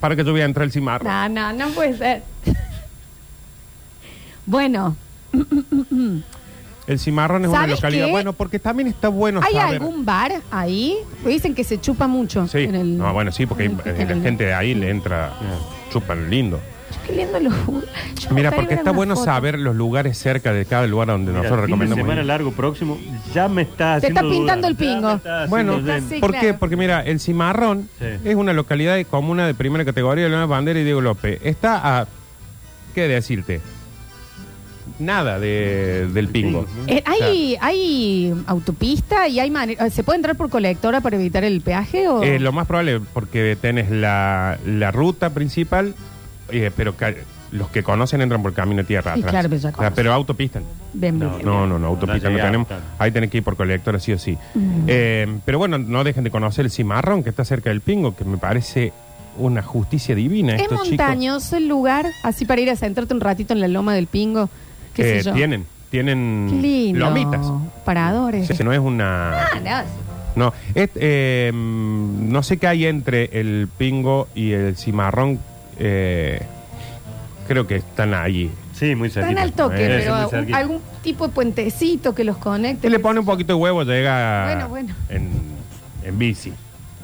Speaker 4: Para que yo voy a entrar al Cimarrón.
Speaker 1: No, no, no puede ser. bueno,
Speaker 4: El Cimarrón es una
Speaker 1: ¿Sabes
Speaker 4: localidad.
Speaker 1: qué?
Speaker 4: Bueno, porque también está bueno
Speaker 1: ¿hay
Speaker 4: saber.
Speaker 1: algún bar ahí? Porque Dicen que se chupa mucho.
Speaker 4: Sí.
Speaker 1: en el-
Speaker 4: No, bueno, sí, porque
Speaker 1: en
Speaker 4: hay-
Speaker 1: el-
Speaker 4: eh, la gente de ahí le entra chupan lindo.
Speaker 1: Qué lindo los Yo
Speaker 4: Mira,
Speaker 1: me gustaría
Speaker 4: porque
Speaker 1: ver
Speaker 4: está
Speaker 1: alguna
Speaker 4: bueno
Speaker 1: foto.
Speaker 4: saber los lugares cerca de cada lugar donde
Speaker 2: Mira,
Speaker 4: nosotros
Speaker 2: fin de
Speaker 4: recomendamos.
Speaker 2: semana
Speaker 4: ir.
Speaker 2: largo próximo ya me está
Speaker 1: Te
Speaker 2: haciendo
Speaker 1: está pintando
Speaker 2: dudar.
Speaker 1: el pingo.
Speaker 2: Ya me está
Speaker 4: Bueno,
Speaker 2: haciendo
Speaker 1: Está
Speaker 2: dudar.
Speaker 1: Sí,
Speaker 4: ¿Por qué?
Speaker 1: claro.
Speaker 4: Porque mira, el Cimarrón
Speaker 2: Sí.
Speaker 4: es una localidad de comuna de primera categoría de León Bandera y Diego López. Está a, ¿qué decirte? Nada de- del pingo.
Speaker 1: Eh, ¿hay, ¿Hay autopista y hay manera? ¿Se puede entrar por colectora para evitar el peaje? O?
Speaker 4: Eh, lo más probable, porque tenés la, la ruta principal, eh, pero ca- los que conocen entran por camino de tierra.
Speaker 1: Sí,
Speaker 4: atrás.
Speaker 1: claro, pero ya
Speaker 4: O sea,
Speaker 1: conocen.
Speaker 4: pero autopista.
Speaker 1: Bien, bien,
Speaker 2: Ah, No,
Speaker 1: bien.
Speaker 4: No, no, no, autopista
Speaker 2: No
Speaker 4: no,
Speaker 2: llega,
Speaker 4: tenemos.
Speaker 2: claro.
Speaker 4: Ahí tenés que ir por colectora, sí o sí.
Speaker 1: Mm.
Speaker 4: Eh, pero bueno, no dejen de conocer el cimarrón que está cerca del pingo, que me parece una justicia divina.
Speaker 1: ¿Es
Speaker 4: estos chicos.
Speaker 1: montañoso el lugar? Así para ir a sentarte un ratito en la loma del pingo. ¿Qué
Speaker 4: Eh,
Speaker 1: sé yo?
Speaker 4: Tienen, tienen
Speaker 1: Qué lindo.
Speaker 4: lomitas.
Speaker 1: Paradores.
Speaker 4: Sí, no es una.
Speaker 1: Ah, no, sí.
Speaker 4: No, es, eh, mm, no sé qué hay entre el pingo y el cimarrón. eh, creo que están ahí.
Speaker 2: Sí, muy
Speaker 1: Están
Speaker 2: cerquita.
Speaker 1: al toque,
Speaker 4: eh,
Speaker 1: pero
Speaker 2: muy
Speaker 1: algún-
Speaker 2: cerquita.
Speaker 1: algún tipo de puentecito que los conecte.
Speaker 4: Te le pone un poquito de huevo, llega
Speaker 1: Bueno, bueno.
Speaker 4: En, en bici,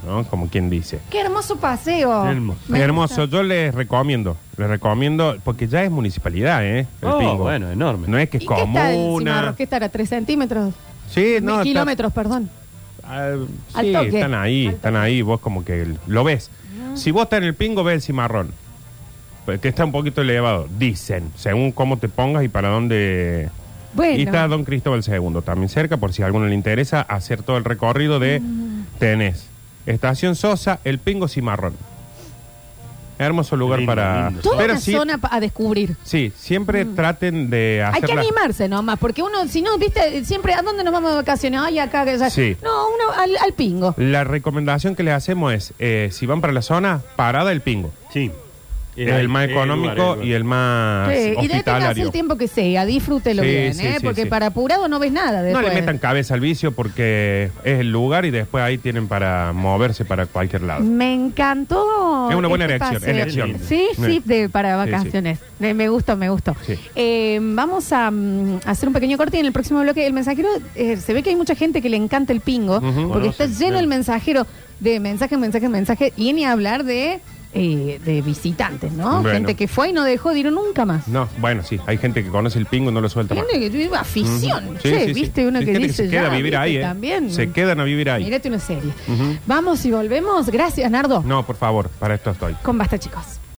Speaker 4: ¿no? Como quien dice.
Speaker 1: Qué hermoso paseo.
Speaker 2: Qué hermoso.
Speaker 1: Me
Speaker 4: Hermoso,
Speaker 1: gusta.
Speaker 4: yo les recomiendo, les recomiendo, porque ya es municipalidad, ¿eh? El
Speaker 2: Oh,
Speaker 4: pingo.
Speaker 2: bueno, enorme.
Speaker 4: No es que
Speaker 1: ¿Y
Speaker 4: es
Speaker 1: qué está el
Speaker 4: comuna.
Speaker 1: cimarro? ¿Qué estará? ¿Tres centímetros?
Speaker 4: sí, no,
Speaker 1: Mil
Speaker 4: está-
Speaker 1: kilómetros, perdón.
Speaker 4: Ah,
Speaker 1: Al
Speaker 4: sí,
Speaker 1: toque. Ah.
Speaker 4: están ahí,
Speaker 1: Al
Speaker 4: están ahí, vos como que l- lo ves. Si vos estás en el pingo, ves el cimarrón. Pues Que está un poquito elevado, dicen, según cómo te pongas y para dónde.
Speaker 1: Bueno.
Speaker 4: Y está Don Cristóbal II también cerca, por si a alguno le interesa hacer todo el recorrido de
Speaker 1: Mm.
Speaker 4: tenés. Estación Sosa, el pingo cimarrón. Hermoso lugar
Speaker 2: Lindo,
Speaker 4: para.
Speaker 2: lindo.
Speaker 1: Toda
Speaker 4: Pero
Speaker 1: una
Speaker 4: sí,
Speaker 1: zona pa- a descubrir.
Speaker 4: sí, siempre traten de hacer.
Speaker 1: Hay que
Speaker 4: la-
Speaker 1: animarse nomás, porque uno, si no, viste, siempre, ¿a dónde nos vamos de vacaciones? Ay, acá, que ya-
Speaker 4: Sí.
Speaker 1: No, uno al, al pingo.
Speaker 4: La recomendación que les hacemos es: eh, si van para la zona, parada el pingo.
Speaker 2: Sí.
Speaker 4: Es el más económico y el más
Speaker 1: Sí, y déjate
Speaker 4: Ah, hospitalario.
Speaker 1: el tiempo que sea, disfrútelo
Speaker 4: Sí,
Speaker 1: bien,
Speaker 4: sí,
Speaker 1: ¿eh?
Speaker 4: sí,
Speaker 1: porque
Speaker 4: sí.
Speaker 1: para apurado no ves nada después.
Speaker 4: No le metan cabeza al vicio porque es el lugar y después ahí tienen para moverse para cualquier lado.
Speaker 1: Me encantó.
Speaker 4: Es una buena
Speaker 1: este
Speaker 4: elección,
Speaker 1: paseo.
Speaker 4: elección.
Speaker 1: Sí,
Speaker 4: Sí.
Speaker 1: sí, de- para
Speaker 4: Sí,
Speaker 1: vacaciones. Eh, Me gustó, me gustó.
Speaker 4: Sí.
Speaker 1: Eh, vamos a mm, hacer un pequeño corte y en el próximo bloque el mensajero, eh, se ve que hay mucha gente que le encanta el pingo,
Speaker 4: Ujú.
Speaker 1: porque está
Speaker 2: Conoce,
Speaker 1: lleno
Speaker 2: sí.
Speaker 1: el mensajero de mensaje, mensaje, mensaje, y ni hablar de, eh, de visitantes, ¿no?
Speaker 4: Bueno.
Speaker 1: Gente que fue y no dejó de ir nunca más.
Speaker 4: No, bueno, sí, hay gente que conoce el pingo y no lo suelta más.
Speaker 1: Gente que tuvo afición,
Speaker 4: Ujú. Sí,
Speaker 1: che,
Speaker 4: sí, sí.
Speaker 1: viste uno
Speaker 4: Hay
Speaker 1: que
Speaker 4: gente
Speaker 1: dice
Speaker 4: se queda
Speaker 1: ya,
Speaker 4: a vivir
Speaker 1: viste,
Speaker 4: ahí, ¿eh?
Speaker 1: también.
Speaker 4: Se quedan a vivir ahí.
Speaker 1: Mírate una serie.
Speaker 4: Ujú.
Speaker 1: Vamos y volvemos. Gracias, Nardo.
Speaker 4: No, por favor, para esto estoy.
Speaker 1: Con basta, chicos.